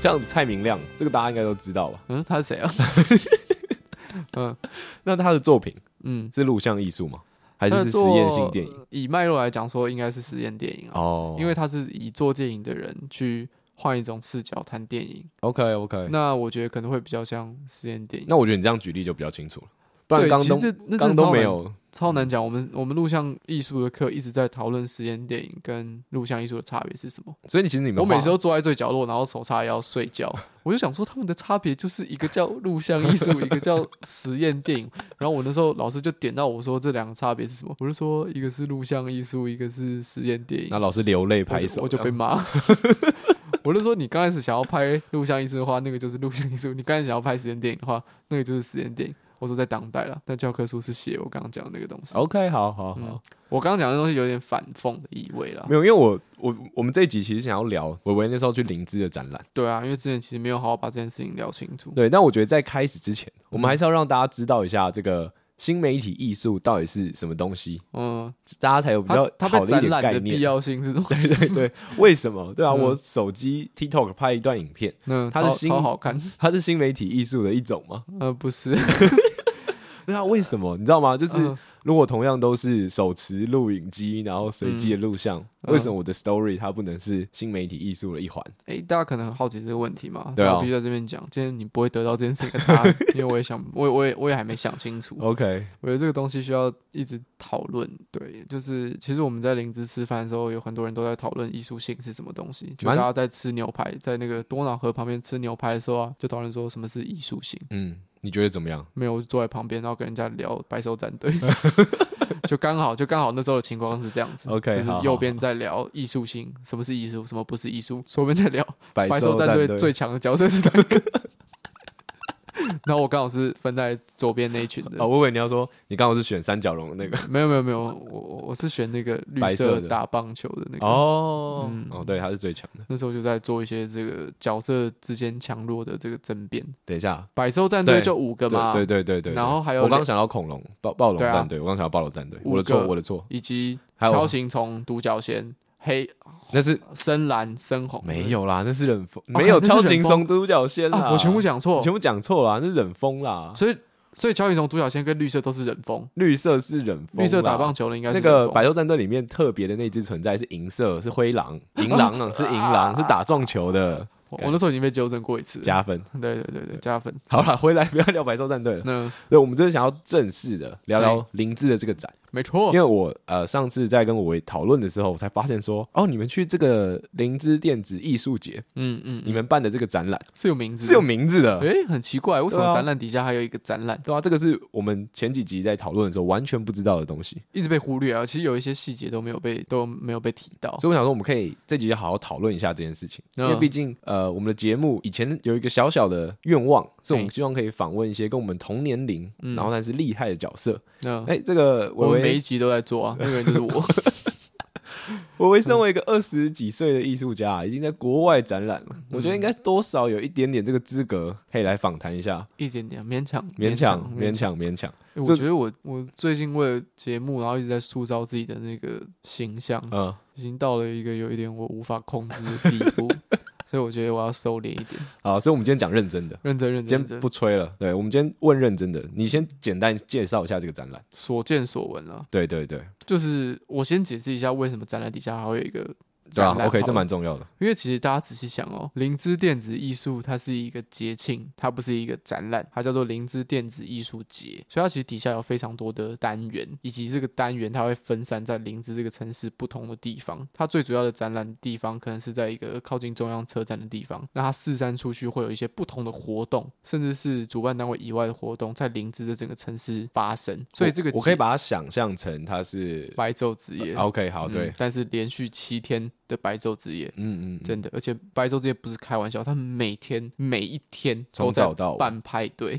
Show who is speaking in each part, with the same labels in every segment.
Speaker 1: 像蔡明亮，这个大家应该都知道吧？
Speaker 2: 嗯，他是谁 啊？嗯
Speaker 1: 那他的作品
Speaker 2: 嗯，
Speaker 1: 是录像艺术吗？还
Speaker 2: 他
Speaker 1: 是
Speaker 2: 的
Speaker 1: 是实
Speaker 2: 作
Speaker 1: 验性电影？？
Speaker 2: 以脉络来讲，说应该是实验电影啊，
Speaker 1: 哦，
Speaker 2: 因为他是以做电影的人去换一种视角谈电影，
Speaker 1: OK OK，
Speaker 2: 那我觉得可能会比较像实验电影。
Speaker 1: 那我觉得你这样举例就比较清楚了，不然
Speaker 2: 对，
Speaker 1: 刚
Speaker 2: 其实
Speaker 1: 都
Speaker 2: 这那真
Speaker 1: 刚
Speaker 2: 的
Speaker 1: 都
Speaker 2: 超
Speaker 1: 没
Speaker 2: 难
Speaker 1: 有嗯
Speaker 2: 超难讲。我们我们录像艺术的课一直在讨论实验电影跟录像艺术的差别是什么。
Speaker 1: 所以你其实你们
Speaker 2: 我每
Speaker 1: 画
Speaker 2: 次都坐在最角落，然后手叉腰睡 觉。我就想说，他们的差别就是一个叫录像艺术，一个叫实验电影。然后我那时候老师就点到我说这两个差别是什么，我就说一个是录像艺术，一个是实验电影
Speaker 1: 那。老师流泪
Speaker 2: 我
Speaker 1: 拍
Speaker 2: 就
Speaker 1: 手，
Speaker 2: 我就被骂。 我就说，你刚开始想要拍录像艺术的话，那个就是录像艺术；你刚开始想要拍实验电影的话，那个就是实验电影。我说在当代了，但教科书是写我刚刚讲的那个东西。
Speaker 1: OK，好好好。
Speaker 2: 嗯，我刚刚讲的东西有点反讽的意味啦
Speaker 1: 没。有，因为我我我们这一集其实想要聊维维那时候去灵芝的展览，
Speaker 2: 对啊，因为之前其实没有好好把这件事情聊清楚。
Speaker 1: 对。但我觉得在开始之前，我们还是要让大家知道一下这个新媒体艺术到底是什么东西，
Speaker 2: 嗯，
Speaker 1: 大家才有比较
Speaker 2: 它它
Speaker 1: 好的
Speaker 2: 被
Speaker 1: 一
Speaker 2: 展
Speaker 1: 点
Speaker 2: 览
Speaker 1: 概
Speaker 2: 的必
Speaker 1: 念。
Speaker 2: 要性是什么？
Speaker 1: 对 对对，为什么？对啊，
Speaker 2: 嗯
Speaker 1: 我手机 TikTok 拍一段影片，
Speaker 2: 嗯，
Speaker 1: 它是
Speaker 2: 超
Speaker 1: 新
Speaker 2: 超 好看。
Speaker 1: 它是新媒体艺术的一种吗？
Speaker 2: 呃，不是，
Speaker 1: 对啊，为什么？你知道吗？就是
Speaker 2: 嗯
Speaker 1: 如果同样都是手持录影机，然后随机的录像，
Speaker 2: 嗯
Speaker 1: 为什么我的 story 它不能是新媒体艺术的一环？
Speaker 2: 诶，大家可能很好奇这个问题嘛？
Speaker 1: 对啊
Speaker 2: 那我必须在这边讲。今天你不会得到这件事情的答案，因为我也想，我也我也我也还没想清楚。
Speaker 1: OK，
Speaker 2: 我觉得这个东西需要一直讨论。对，就是其实我们在林芝吃饭的时候，有很多人都在讨论艺术性是什么东西。就
Speaker 1: 蛮
Speaker 2: 大家在吃牛排，在那个多瑙河旁边吃牛排的时候啊，就讨论说什么是艺术性。
Speaker 1: 嗯，你觉得怎么样？
Speaker 2: 没有，我就坐在旁边，然后跟人家聊白手战 队，就刚好就刚好那时候的情况是这样子。
Speaker 1: OK，
Speaker 2: 就是
Speaker 1: 好好
Speaker 2: 右边在聊艺术性，什么是艺术，什么不是 艺术；左边在聊
Speaker 1: 白
Speaker 2: 白
Speaker 1: 手
Speaker 2: 手战
Speaker 1: 队
Speaker 2: 队最强的角色是哪 一个。然后我刚好是分在左边那一群的
Speaker 1: 哦，。我以为你要说你刚好是选三角龙的那个
Speaker 2: 没有没有没有，我我我是选那个绿
Speaker 1: 白色
Speaker 2: 色
Speaker 1: 的
Speaker 2: 打棒球的那个。
Speaker 1: 哦
Speaker 2: 嗯
Speaker 1: 哦，对，他是最强的。
Speaker 2: 那时候就在做一些这个角色之间强弱的这个争辩。
Speaker 1: 等一下，
Speaker 2: 百兽战队
Speaker 1: 对
Speaker 2: 就五个
Speaker 1: 对
Speaker 2: 嘛，
Speaker 1: 对对对对，
Speaker 2: 然后还有
Speaker 1: 我刚
Speaker 2: 两
Speaker 1: 想到恐龙暴暴龙
Speaker 2: 对啊
Speaker 1: 战队，我刚想到暴龙战队，
Speaker 2: 五
Speaker 1: 我的错
Speaker 2: 个
Speaker 1: 我的错，
Speaker 2: 以及
Speaker 1: 还有
Speaker 2: 锹形虫、独角仙、黑、
Speaker 1: 那是
Speaker 2: 深蓝、深红。
Speaker 1: 没有啦，那是忍风，
Speaker 2: 哦
Speaker 1: 没有
Speaker 2: 那是
Speaker 1: 超
Speaker 2: 忍
Speaker 1: 轻松
Speaker 2: 风
Speaker 1: 独角仙啦，
Speaker 2: 啊，我全部讲
Speaker 1: 你
Speaker 2: 错
Speaker 1: 全，部讲错啦，那是忍风啦，
Speaker 2: 所以所以锹形虫、独角仙跟绿色都是忍风，
Speaker 1: 绿色是忍风啦，
Speaker 2: 绿色打棒球的应该是
Speaker 1: 那
Speaker 2: 忍
Speaker 1: 个
Speaker 2: 风
Speaker 1: 百兽战队里面特别的那只存在是银色，是灰狼，银狼啊，是银狼，是打撞球的
Speaker 2: 我我那时候已经被纠正过一次了。
Speaker 1: 加分。
Speaker 2: 对对对对，加分。
Speaker 1: 好啦，回来不要聊百兽战队了，
Speaker 2: 那
Speaker 1: 对，我们真的想要正式的聊聊林志的这个展，
Speaker 2: 没错
Speaker 1: 因，为我呃上次在跟我为讨论的时候，我才发现说，哦，你们去这个林芝电子艺术节，
Speaker 2: 嗯嗯，
Speaker 1: 你们办的这个展览
Speaker 2: 是有名字的，
Speaker 1: 是有名字的，
Speaker 2: 诶，很奇怪，为什
Speaker 1: 对
Speaker 2: 么
Speaker 1: 啊
Speaker 2: 展览底下还有一个展览，
Speaker 1: 对啊，这个是我们前几集在讨论的时候完全不知道的东西，
Speaker 2: 一直被忽略啊？其实有一些细节都没有被都没有被提到。
Speaker 1: 所以我想说，我们可以这集好好讨论一下这件事情，因
Speaker 2: 嗯
Speaker 1: 为毕竟呃，我们的节目以前有一个小小的愿望，是我们
Speaker 2: 嗯
Speaker 1: 希望可以访问一些跟我们同年龄，
Speaker 2: 嗯
Speaker 1: 然后但是厉害的角色。
Speaker 2: 那
Speaker 1: 哎，这个
Speaker 2: 我们
Speaker 1: 微
Speaker 2: 每一
Speaker 1: 微，
Speaker 2: 集都在做啊，那个人就 是我。
Speaker 1: 微微
Speaker 2: 嗯
Speaker 1: 身为一个二十几岁的艺术家啊，已经在国外展览了，我
Speaker 2: 嗯
Speaker 1: 觉得应该多少有一点点这个资格，可以来访谈一下，
Speaker 2: 一点点勉强，
Speaker 1: 勉强
Speaker 2: 强，
Speaker 1: 勉
Speaker 2: 勉。
Speaker 1: 强勉强。
Speaker 2: 诶
Speaker 1: 这
Speaker 2: 我觉得我我最近为了节目，然后一直在塑造自己的那个形象，
Speaker 1: 嗯，
Speaker 2: 已经到了一个有一点我无法控制的地 步，所以我觉得我要收敛一点，
Speaker 1: 好，所以我们今天讲认真的。
Speaker 2: 认真认真
Speaker 1: 今
Speaker 2: 认
Speaker 1: 天
Speaker 2: 真，
Speaker 1: 不吹了，对我们今天问认真的，你先简单介绍一下这个展览。
Speaker 2: 所见所闻啊。
Speaker 1: 对对对，
Speaker 2: 就是我先解释一下为什么展览底下还会有一个
Speaker 1: 对啊
Speaker 2: 展览
Speaker 1: ，OK，这
Speaker 2: 好了
Speaker 1: 蛮重要的。
Speaker 2: 因为其实大家仔细想哦，灵芝电子艺术它是一个节庆，它不是一个展览，它叫做灵芝电子艺术节，所以它其实底下有非常多的单元，以及这个单元它会分散在灵芝这个城市不同的地方。它最主要的展览地方可能是在一个靠近中央车站的地方，那它四散出去会有一些不同的活动，甚至是主办单位以外的活动，在灵芝的整个城市发生。所以这个
Speaker 1: 我我可以
Speaker 2: 节
Speaker 1: 把它想象成它是
Speaker 2: 白昼之夜，
Speaker 1: OK 好
Speaker 2: 嗯
Speaker 1: 哦对，
Speaker 2: 但是连续七天的白昼之夜。
Speaker 1: 嗯嗯，嗯
Speaker 2: 真的，而且白昼之夜不是开玩笑，他们每天每一天都
Speaker 1: 从
Speaker 2: 在
Speaker 1: 早到晚
Speaker 2: 办派对，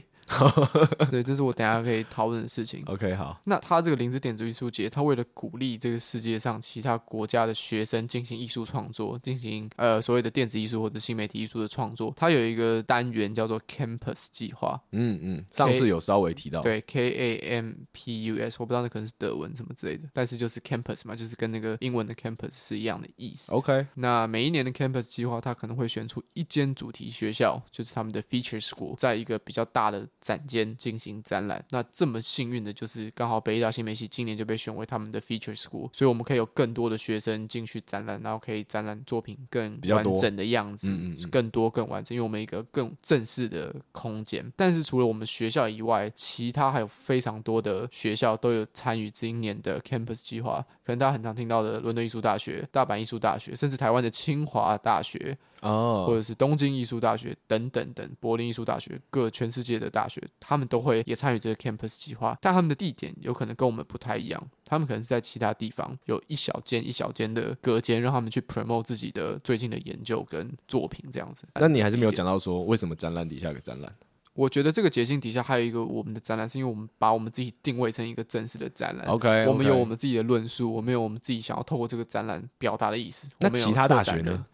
Speaker 2: 对，这是我等一下可以讨论的事情。
Speaker 1: OK，好，
Speaker 2: 那他这个灵芝电子艺术节，他为了鼓励这个世界上其他国家的学生进行艺术创作，进行呃所谓的电子艺术或者新媒体艺术的创作，它有一个单元叫做 Campus 计划，
Speaker 1: 嗯嗯，上次有稍微提到，
Speaker 2: 对 K A M P U S，我不知道那可能是德文什么之类的，但是就是 Campus 嘛，就是跟那个英文的 Campus 是一样的意思。
Speaker 1: ，OK，
Speaker 2: 那每一年的 campus 计划，它可能会选出一间主题学校，就是他们的 feature school，在一个比较大的展间进行展览。那这么幸运的就是，刚好北医大新媒系今年就被选为他们的 feature school，所以我们可以有更多的学生进去展览，然后可以展览作品更
Speaker 1: 比较
Speaker 2: 完
Speaker 1: 多
Speaker 2: 整的样子，
Speaker 1: 嗯嗯嗯
Speaker 2: 更多更完整，因为我们有一个更正式的空间。但是除了我们学校以外，其他还有非常多的学校都有参与今年的 campus 计划，可能大家很常听到的伦敦艺术大学、大阪艺术大学，甚至台湾的清华大学，或
Speaker 1: 哦，
Speaker 2: 者是东京艺术大学等等等，柏林艺术大学，各全世界的大学，他们都会也参与这个 campus 计划，但他们的地点有可能跟我们不太一样，他们可能是在其他地方有一小间一小间的隔间，让他们去 promote 自己的最近的研究跟作品这样子。
Speaker 1: 那你还是没有讲到说为什么展览底下有个展览，
Speaker 2: 我觉得这个捷径底下还有一个我们的展览，是因为我们把我们自己定位成一个正式的展览。
Speaker 1: OK，
Speaker 2: 哎我们
Speaker 1: OK
Speaker 2: 有我们自己的论述，我们有我们自己想要透过这个展览表达的意思。
Speaker 1: 那
Speaker 2: 我们有
Speaker 1: 其他大
Speaker 2: 策展
Speaker 1: 学呢
Speaker 2: 人？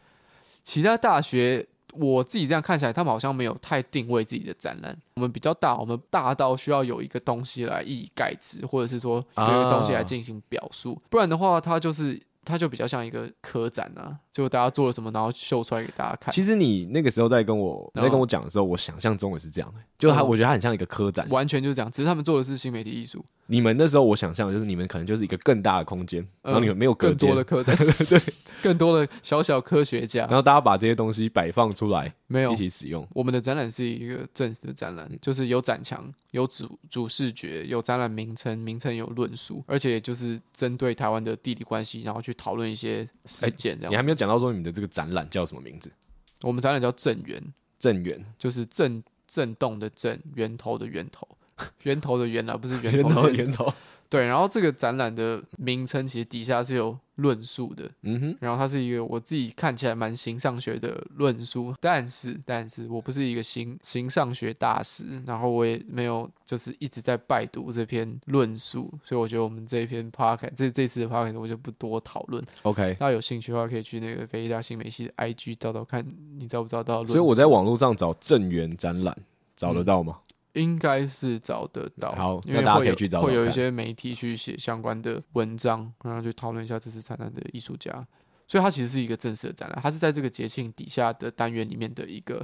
Speaker 2: 其他大学，我自己这样看起来，他们好像没有太定位自己的展览。我们比较大，我们大到需要有一个东西来一以概之，或者是说有一个东西
Speaker 1: 啊
Speaker 2: 来进行表述，不然的话，它就是它就比较像一个科展啊，就大家做了什么，然后秀出来给大家看，
Speaker 1: 其实你那个时候在跟我
Speaker 2: 嗯
Speaker 1: 在跟我讲的时候，我想象中也是这样、欸，就他，
Speaker 2: 嗯
Speaker 1: 我觉得他很像一个科展。
Speaker 2: 完全就是这样。只是他们做的是新媒体艺术，
Speaker 1: 你们那时候我想象的就是你们可能就是一个更大的空间，然后你们没有隔
Speaker 2: 嗯更
Speaker 1: 间
Speaker 2: 多，的科展， 对，更多的小小科学家
Speaker 1: 然，后大家把这些东西摆放出来
Speaker 2: 没有
Speaker 1: 一。起使用。
Speaker 2: 我们的展览是一个正式的展览，就是有展墙、有主主视觉、有展览名称，名称有论述，而且就是针对台湾的地理关系，然后去讨论一些事件这
Speaker 1: 哎
Speaker 2: 样
Speaker 1: 你
Speaker 2: 子。
Speaker 1: 还没有讲到说你们的这个展览叫什么名字？
Speaker 2: 我们展览叫正源，
Speaker 1: 正源
Speaker 2: 就是震震动的震，源头的源头， 源头的源啊，不是源
Speaker 1: 源
Speaker 2: 头
Speaker 1: 头
Speaker 2: 的源。
Speaker 1: 源头，
Speaker 2: 对，然后这个展览的名称其实底下是有论述的，
Speaker 1: 嗯哼，
Speaker 2: 然后它是一个我自己看起来蛮形上学的论述，但是但是我不是一个形形上学大师，然后我也没有就是一直在拜读这篇论述，所以我觉得我们这一篇 p o c k e t 这这次的 p o c k e t 我就不多讨论，
Speaker 1: OK，
Speaker 2: 大家有兴趣的话可以去那个北医大新媒系的 IG 找找看，你找不找到论述？
Speaker 1: 所以我在网络上找正源展览，找得到吗？
Speaker 2: 应该是找得到，
Speaker 1: 好
Speaker 2: 因为
Speaker 1: 那大家
Speaker 2: 会
Speaker 1: 可以
Speaker 2: 有
Speaker 1: 去找找
Speaker 2: 会有一
Speaker 1: 看
Speaker 2: 些媒体去写相关的文章，然后去讨论一下这次展览的艺术家。所以它其实是一个正式的展览，它是在这个节庆底下的单元里面的一个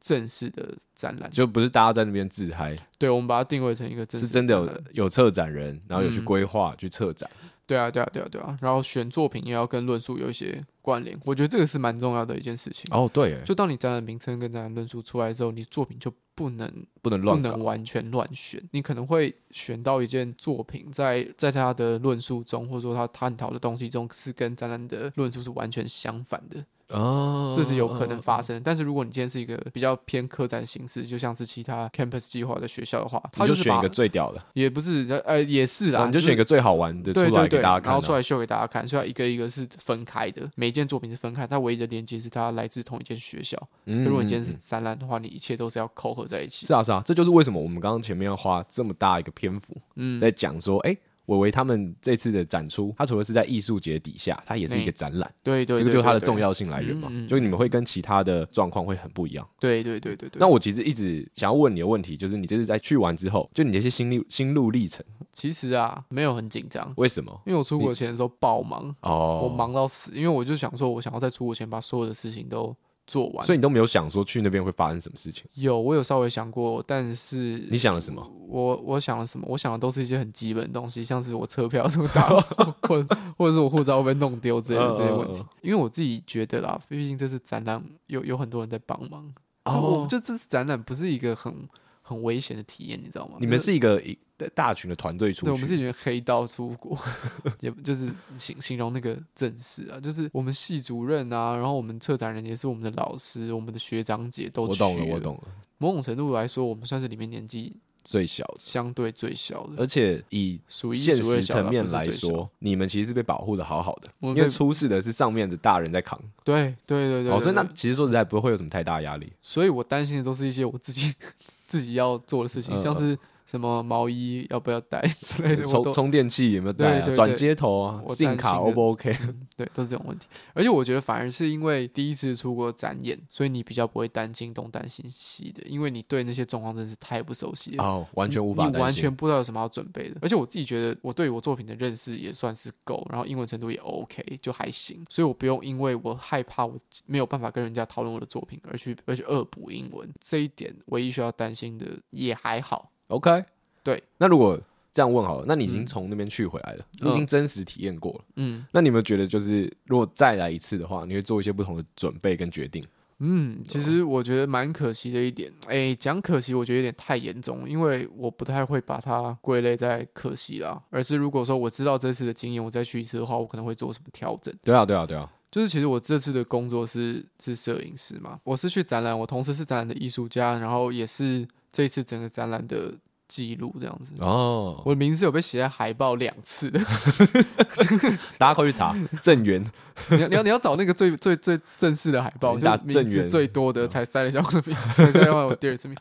Speaker 2: 正式的展览。
Speaker 1: 就不是大家在那边自嗨，
Speaker 2: 对，我们把它定位成一个正式
Speaker 1: 是真的
Speaker 2: 展览
Speaker 1: 有有策展人，然后有去
Speaker 2: 嗯
Speaker 1: 规划、去策展。
Speaker 2: 对啊，对啊，对啊，对啊。然后选作品也要跟论述有一些关联，我觉得这个是蛮重要的一件事情。
Speaker 1: 哦，对耶，
Speaker 2: 嗯就当你展览名称跟展览论述出来之后，你作品就不能
Speaker 1: 不能
Speaker 2: 不
Speaker 1: 乱搞
Speaker 2: 能。完全乱选，你可能会选到一件作品在，在他的论述中，或者说他探讨的东西中，是跟展览的论述是完全相反的，
Speaker 1: 哦，
Speaker 2: 这是有可能发生的。但是如果你今天是一个比较偏科展形式，就像是其他 campus 计划的学校的话，他
Speaker 1: 你就是选一
Speaker 2: 把
Speaker 1: 个最屌的，
Speaker 2: 也不是呃也是啦，
Speaker 1: 哦你就
Speaker 2: 就是
Speaker 1: 选一个最好玩的出
Speaker 2: 对
Speaker 1: 来
Speaker 2: 对
Speaker 1: 给
Speaker 2: 对，
Speaker 1: 大家看
Speaker 2: 然
Speaker 1: 啊
Speaker 2: 后。出来秀给大家看，所以它一个一个是分开的，每一件作品是分开，它唯一的连接是它来自同一间学校。
Speaker 1: 嗯
Speaker 2: 如果你今天是
Speaker 1: 嗯嗯
Speaker 2: 展览的话，你一切都是要扣合在一起。
Speaker 1: 是啊是啊，这就是为什么我们刚刚前面要花这么大一个篇幅
Speaker 2: 嗯，
Speaker 1: 在讲说，哎、伟伟他们这次的展出，它除了是在艺术节底下，它也是一个展览，
Speaker 2: 对对，
Speaker 1: 这个就是它的
Speaker 2: 对
Speaker 1: 重。要性来源嘛。
Speaker 2: 嗯嗯嗯
Speaker 1: 就你们会跟其他的状况会很不一样。
Speaker 2: 对对对对对。
Speaker 1: 那我其实一直想要问你的问题，就是你这次在去完之后，就你这些心路心路历程，
Speaker 2: 其实啊，没有很紧张，
Speaker 1: 为什么？
Speaker 2: 因为我出国前的时候爆忙，
Speaker 1: 哦，
Speaker 2: 我，忙到死，因为我就想说，我想要在出国前把所有的事情都做完。
Speaker 1: 所以你都没有想说去那边会发生什么事情？
Speaker 2: 有，我有稍微想过，但是
Speaker 1: 你想了什么？
Speaker 2: 我我想了什么？我想的都是一些很基本的东西，像是我车票怎么打，或或者是我护照会被弄丢之类的这些问
Speaker 1: 嗯
Speaker 2: 题
Speaker 1: 嗯。
Speaker 2: 因为我自己觉得啦，毕竟这次展览有有很多人在帮忙，
Speaker 1: 哦
Speaker 2: 我就这次展览不是一个很很危险的体验，你知道吗？
Speaker 1: 你们
Speaker 2: 就是
Speaker 1: 一个一大群的团队出去，
Speaker 2: 对，我们是一群黑道出国， 也不就是形形容那个正式啊，就是我们系主任啊，然后我们策展人也是我们的老师，我们的学长姐都
Speaker 1: 我
Speaker 2: 去
Speaker 1: 懂了，我懂了。
Speaker 2: 某种程度来说，我们算是里面年纪
Speaker 1: 最小的。
Speaker 2: 相对最小的。
Speaker 1: 而且以
Speaker 2: 数一
Speaker 1: 呃现
Speaker 2: 数二
Speaker 1: 实
Speaker 2: 小的
Speaker 1: 层面
Speaker 2: 不是
Speaker 1: 来
Speaker 2: 最小哦
Speaker 1: 说，你们其实是被保护的好好的，
Speaker 2: 我们
Speaker 1: 因
Speaker 2: 被
Speaker 1: 为出事的是上面的大人在扛。
Speaker 2: 对对对对
Speaker 1: 哦，所以
Speaker 2: 对
Speaker 1: 那其实说实在不会有什么太大压力。
Speaker 2: 所以我担心的都是一些我自己 自己要做的事情，
Speaker 1: 嗯
Speaker 2: 像
Speaker 1: 嗯
Speaker 2: 是什么毛衣要不要带 之类的，我
Speaker 1: 充
Speaker 2: 都
Speaker 1: 充电器有没有带
Speaker 2: 对对
Speaker 1: 啊？
Speaker 2: 对
Speaker 1: 转接头啊
Speaker 2: 我担
Speaker 1: ，SIM
Speaker 2: 心
Speaker 1: 卡
Speaker 2: 的
Speaker 1: O 不 OK？
Speaker 2: 对都是这种问题。而且我觉得反而是因为第一次出国展演，所以你比较不会担心东担心西的，因为你对那些状况真是太不熟悉了。
Speaker 1: 哦，完全无法
Speaker 2: 你完
Speaker 1: 担心
Speaker 2: 全。不知道有什么要准备的，而且我自己觉得我对我作品的认识也算是够，然后英文程度也 OK，就还行，所以我不用因为我害怕我没有办法跟人家讨论我的作品而去而去恶补英文，这一点唯一需要担心的也还好，
Speaker 1: OK，
Speaker 2: 对。
Speaker 1: 那如果这样问好了，那你已
Speaker 2: 嗯
Speaker 1: 经从那边去回来了，
Speaker 2: 嗯
Speaker 1: 你已经真实体验过了。
Speaker 2: 嗯。
Speaker 1: 那你有没有觉得，就是如果再来一次的话，你会做一些不同的准备跟决定？
Speaker 2: 嗯，其实我觉得蛮可惜的一点，哎，讲可惜，我觉得有点太严重，因为我不太会把它归类在可惜啦，而是如果说我知道这次的经验，我再去一次的话，我可能会做什么调整。
Speaker 1: 对啊，对啊，对啊。
Speaker 2: 就是其实我这次的工作是是摄影师嘛，我是去展览，我同时是展览的艺术家，然后也是这一次整个展览的记录这样子。
Speaker 1: 哦，
Speaker 2: 我的名字有被写在海报两次的，
Speaker 1: 大家快去 查郑源。
Speaker 2: 你要你要你要找那个最最最正式的海报，
Speaker 1: 你
Speaker 2: 就
Speaker 1: 打
Speaker 2: 是名
Speaker 1: 正嗯
Speaker 2: 字
Speaker 1: 源
Speaker 2: 最多的才塞得下我的名字，才塞得下我第二次名。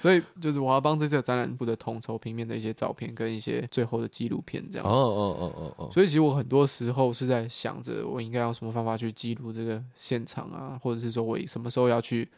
Speaker 2: 所以就是我要帮这次的展览部的统筹平面的一些照片跟一些最后的纪录片这样
Speaker 1: 哦
Speaker 2: 子。
Speaker 1: 哦哦哦哦，
Speaker 2: 所以其实我很多时候是在想着我应该用什么方法去记录这个现场啊，或者是说我什么时候要去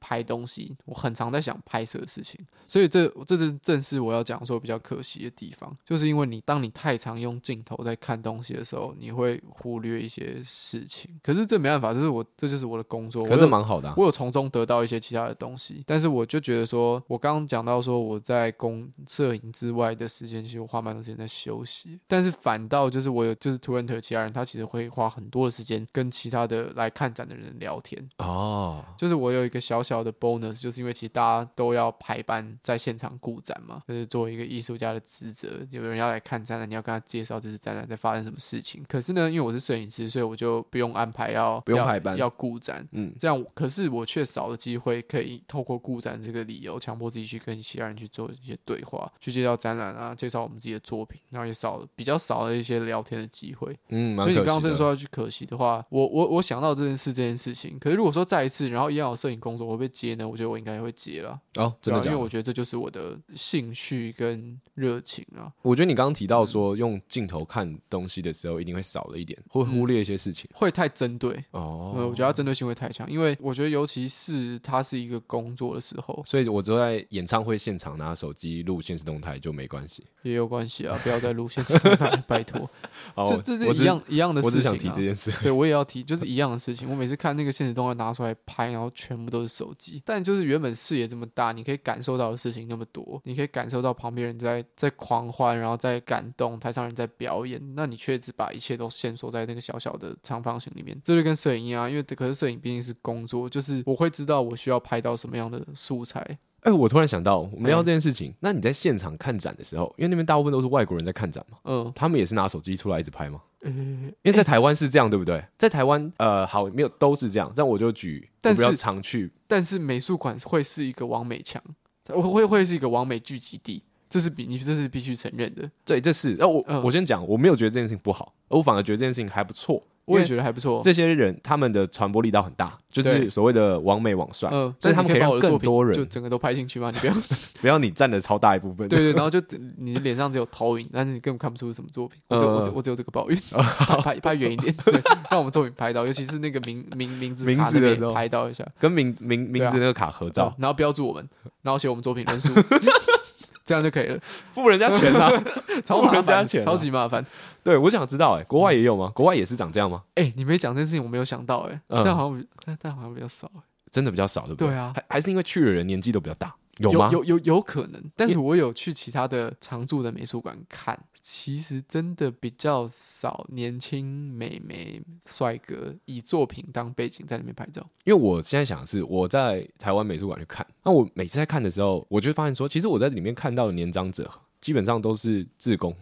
Speaker 2: 拍东西，我很常在想拍摄的事情。所以这这正正是我要讲说比较可惜的地方，就是因为你当你太常用镜头在看东西的时候，你会忽略一些事情。可是这没办法，这是我这就是我的工作。
Speaker 1: 可
Speaker 2: 我
Speaker 1: 是
Speaker 2: 有
Speaker 1: 蛮好的啊。
Speaker 2: 我有从中得到一些其他的东西，但是我就觉得说，我刚刚讲到说我在工摄影之外的时间，其实我花蛮多时间在休息，但是反倒就是我有就是 Twitter 其他人，他其实会花很多的时间跟其他的来看展的人聊天，
Speaker 1: 哦，
Speaker 2: 就是我有一个小小的 bonus，就是因为其实大家都要排班在现场顾展嘛，就是作为一个艺术家的职责，有人要来看展览，你要跟他介绍这次展览在发生什么事情。可是呢，因为我是摄影师，所以我就不用安排要
Speaker 1: 不用
Speaker 2: 要
Speaker 1: 排班
Speaker 2: 要顾展，
Speaker 1: 嗯，
Speaker 2: 这样我可是我却少了机会可以透过顾展这个理由，强迫自己去跟其他人去做一些对话，去介绍展览啊，介绍我们自己的作品，然后也少了比较少了一些聊天的机会。
Speaker 1: 嗯，蛮
Speaker 2: 所以你
Speaker 1: 可
Speaker 2: 刚刚
Speaker 1: 惜
Speaker 2: 真的
Speaker 1: 的
Speaker 2: 说要去可惜的话，我我我想到这件事这件事情，可是如果说再一次，然后一样有摄影工作，我会不会接呢？我觉得我应该会接了，
Speaker 1: 哦，真的
Speaker 2: 对啊
Speaker 1: 假
Speaker 2: 因
Speaker 1: 的？
Speaker 2: 为我觉得这就是我的兴趣跟热情啊。
Speaker 1: 我觉得你刚刚提到说用镜头看东西的时候，一定会少了一点，会忽略一些事情。
Speaker 2: 会太针对，呃
Speaker 1: 哦，
Speaker 2: 嗯我觉得它针对性会太强，因为我觉得尤其是它是一个工作的时候
Speaker 1: 所以我只有在演唱会现场拿手机录现实动态就没关系。
Speaker 2: 也有关系啊，不要再录现实动态， 拜托，
Speaker 1: 哦，
Speaker 2: 这这
Speaker 1: 我
Speaker 2: 是
Speaker 1: 只
Speaker 2: 一样一样的
Speaker 1: 我只
Speaker 2: 事
Speaker 1: 是想
Speaker 2: 情
Speaker 1: 提
Speaker 2: 啊
Speaker 1: 这。件事。
Speaker 2: 对，我也要提，就是一样的事情。我每次看那个现实动画拿出来拍，然后全部都是手机，但就是原本视野这么大，你可以感受到的事情那么多，你可以感受到旁边人在在狂欢，然后在感动，台上人在表演，那你却只把一切都限缩在那个小小的长方形里面。这就跟摄影一样，因为可是摄影毕竟是工作，就是我会知道我需要拍到什么样的素材。
Speaker 1: 哎、我突然想到，我们聊这件事情，
Speaker 2: 嗯
Speaker 1: 那你在现场看展的时候，因为那边大部分都是外国人在看展嘛，
Speaker 2: 嗯，
Speaker 1: 他们也是拿手机出来一直拍吗？
Speaker 2: 呃，
Speaker 1: 因为在台湾是这样，对不对？在台湾，呃，好，没有都是这样。但我就举，
Speaker 2: 但
Speaker 1: 我比较
Speaker 2: 是
Speaker 1: 常去，
Speaker 2: 但是美术馆会是一个完美墙，会会会是一个完美聚集地。这是比你这是必须承认的，
Speaker 1: 对，这是。那、我、
Speaker 2: 嗯
Speaker 1: 我先讲，我没有觉得这件事情不好，我反而觉得这件事情还不错。
Speaker 2: 我也
Speaker 1: 因为
Speaker 2: 觉得还不错。
Speaker 1: 这些人他们的传播力道很大，就
Speaker 2: 哦对
Speaker 1: 是所谓的网美网帅，
Speaker 2: 嗯，
Speaker 1: 呃所以他
Speaker 2: 你
Speaker 1: 们
Speaker 2: 可
Speaker 1: 可以
Speaker 2: 把
Speaker 1: 让
Speaker 2: 我的作
Speaker 1: 更
Speaker 2: 品
Speaker 1: 多人
Speaker 2: 就整个都拍进去吗？你 不要
Speaker 1: 不要你占了超大一部分。
Speaker 2: 对对，然后就你的脸上只有投影，但是你根本看不出是什么作品。我只有我只
Speaker 1: 嗯
Speaker 2: 我只有这 个抱怨，拍拍拍远一点，对，让我们作品拍到，尤其是那个名名名字
Speaker 1: 名
Speaker 2: 卡
Speaker 1: 字
Speaker 2: 那
Speaker 1: 的
Speaker 2: 边
Speaker 1: 时候
Speaker 2: 拍到一下，
Speaker 1: 跟名名名
Speaker 2: 对啊
Speaker 1: 字那个卡合
Speaker 2: 照
Speaker 1: 照，，
Speaker 2: 然后标注我们，然后写我们作品 人数，这样就可以了，
Speaker 1: 付人家钱啊 啦、
Speaker 2: 超
Speaker 1: 不
Speaker 2: 麻
Speaker 1: 能加
Speaker 2: 烦，
Speaker 1: 钱啊
Speaker 2: 超级麻烦。
Speaker 1: 对，我想知道、欸，国外也有
Speaker 2: 嗯
Speaker 1: 吗？国外也是长这样吗？
Speaker 2: 哎，你没讲这件事情，我没有想到，哎，
Speaker 1: 嗯
Speaker 2: 但好像比但但好像比较少，哎
Speaker 1: 真的比较少，对不
Speaker 2: 对啊
Speaker 1: 还还是因为去的人年纪都比较大，有
Speaker 2: 有
Speaker 1: 吗？
Speaker 2: 有有有可能，但是我有去其他的常驻的美术馆看，其实真的比较少年轻美眉帅哥以作品当背景在里面拍照。
Speaker 1: 因为我现在想的是，我在台湾美术馆去看，那我每次在看的时候，我就发现说，其实我在里面看到的年长者基本上都是志工，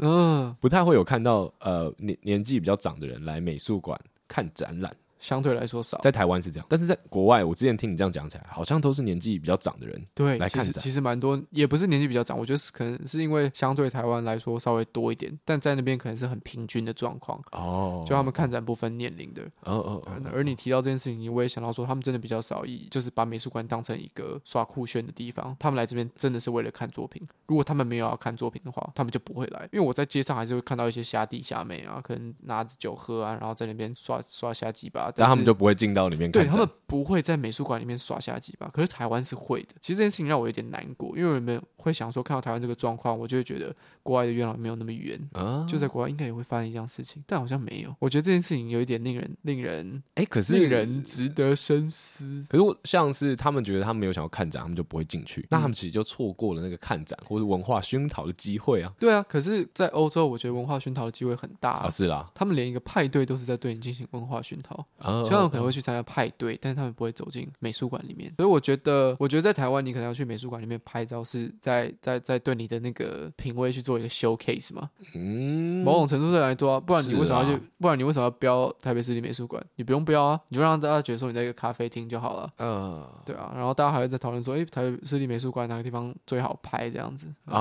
Speaker 2: 嗯，
Speaker 1: 不太会有看到呃年年纪比较长的人来美术馆看展览。
Speaker 2: 相对来说少。
Speaker 1: 在台湾是这样，但是在国外，我之前听你这样讲起来，好像都是年纪比较长的人。
Speaker 2: 对，
Speaker 1: 来
Speaker 2: 其
Speaker 1: 看
Speaker 2: 实
Speaker 1: 展
Speaker 2: 其实蛮多，也不是年纪比较长，我觉得是可能是因为相对台湾来说稍微多一点，但在那边可能是很平均的状况，
Speaker 1: 哦
Speaker 2: 就他们看展不分年龄的。
Speaker 1: 哦哦哦，
Speaker 2: 嗯而你提到这件事情，我也想到说，他们真的比较少以，就是把美术馆当成一个耍酷炫的地方。他们来这边真的是为了看作品，如果他们没有要看作品的话，他们就不会来。因为我在街上还是会看到一些虾弟虾妹啊，可能拿着酒喝啊，然后在那边刷刷虾鸡巴，
Speaker 1: 但他
Speaker 2: 是
Speaker 1: 们就不会进到里面看
Speaker 2: 对
Speaker 1: 展。
Speaker 2: 他们不会在美术馆里面耍下鸡巴，可是台湾是会的。其实这件事情让我有点难过，因为我们会想说，看到台湾这个状况，我就会觉得国外的月亮没有那么圆，
Speaker 1: 啊，
Speaker 2: 就在国外应该也会发生一样事情，但好像没有。我觉得这件事情有一点令人、令人、
Speaker 1: 哎、可是
Speaker 2: 令人值得深思。
Speaker 1: 可是我像是他们觉得他们没有想要看展，他们就不会进
Speaker 2: 嗯
Speaker 1: 去，那他们其实就错过了那个看展或是文化熏陶的机会啊。
Speaker 2: 对啊，可是，在欧洲，我觉得文化熏陶的机会很大、
Speaker 1: 啊，是啦，
Speaker 2: 他们连一个派对都是在对你进行文化熏陶，
Speaker 1: 啊，
Speaker 2: 所以他们可能会去参加派对，但是他们不会走进美术馆里面。所以我觉得，我觉得在台湾，你可能要去美术馆里面拍照，是在在在对你的那个品味去做一个 showcase 嘛。
Speaker 1: 嗯，
Speaker 2: 某种程度上来说啊，不然你
Speaker 1: 是
Speaker 2: 为什么要去？
Speaker 1: 啊
Speaker 2: 不然你为什么要标台北市立美术馆？你不用标啊，你就让大家觉得说你在一个咖啡厅就好了。
Speaker 1: 呃，
Speaker 2: 对啊，然后大家还会在讨论说，诶，台北市立美术馆哪个地方最好拍这样子
Speaker 1: 哦，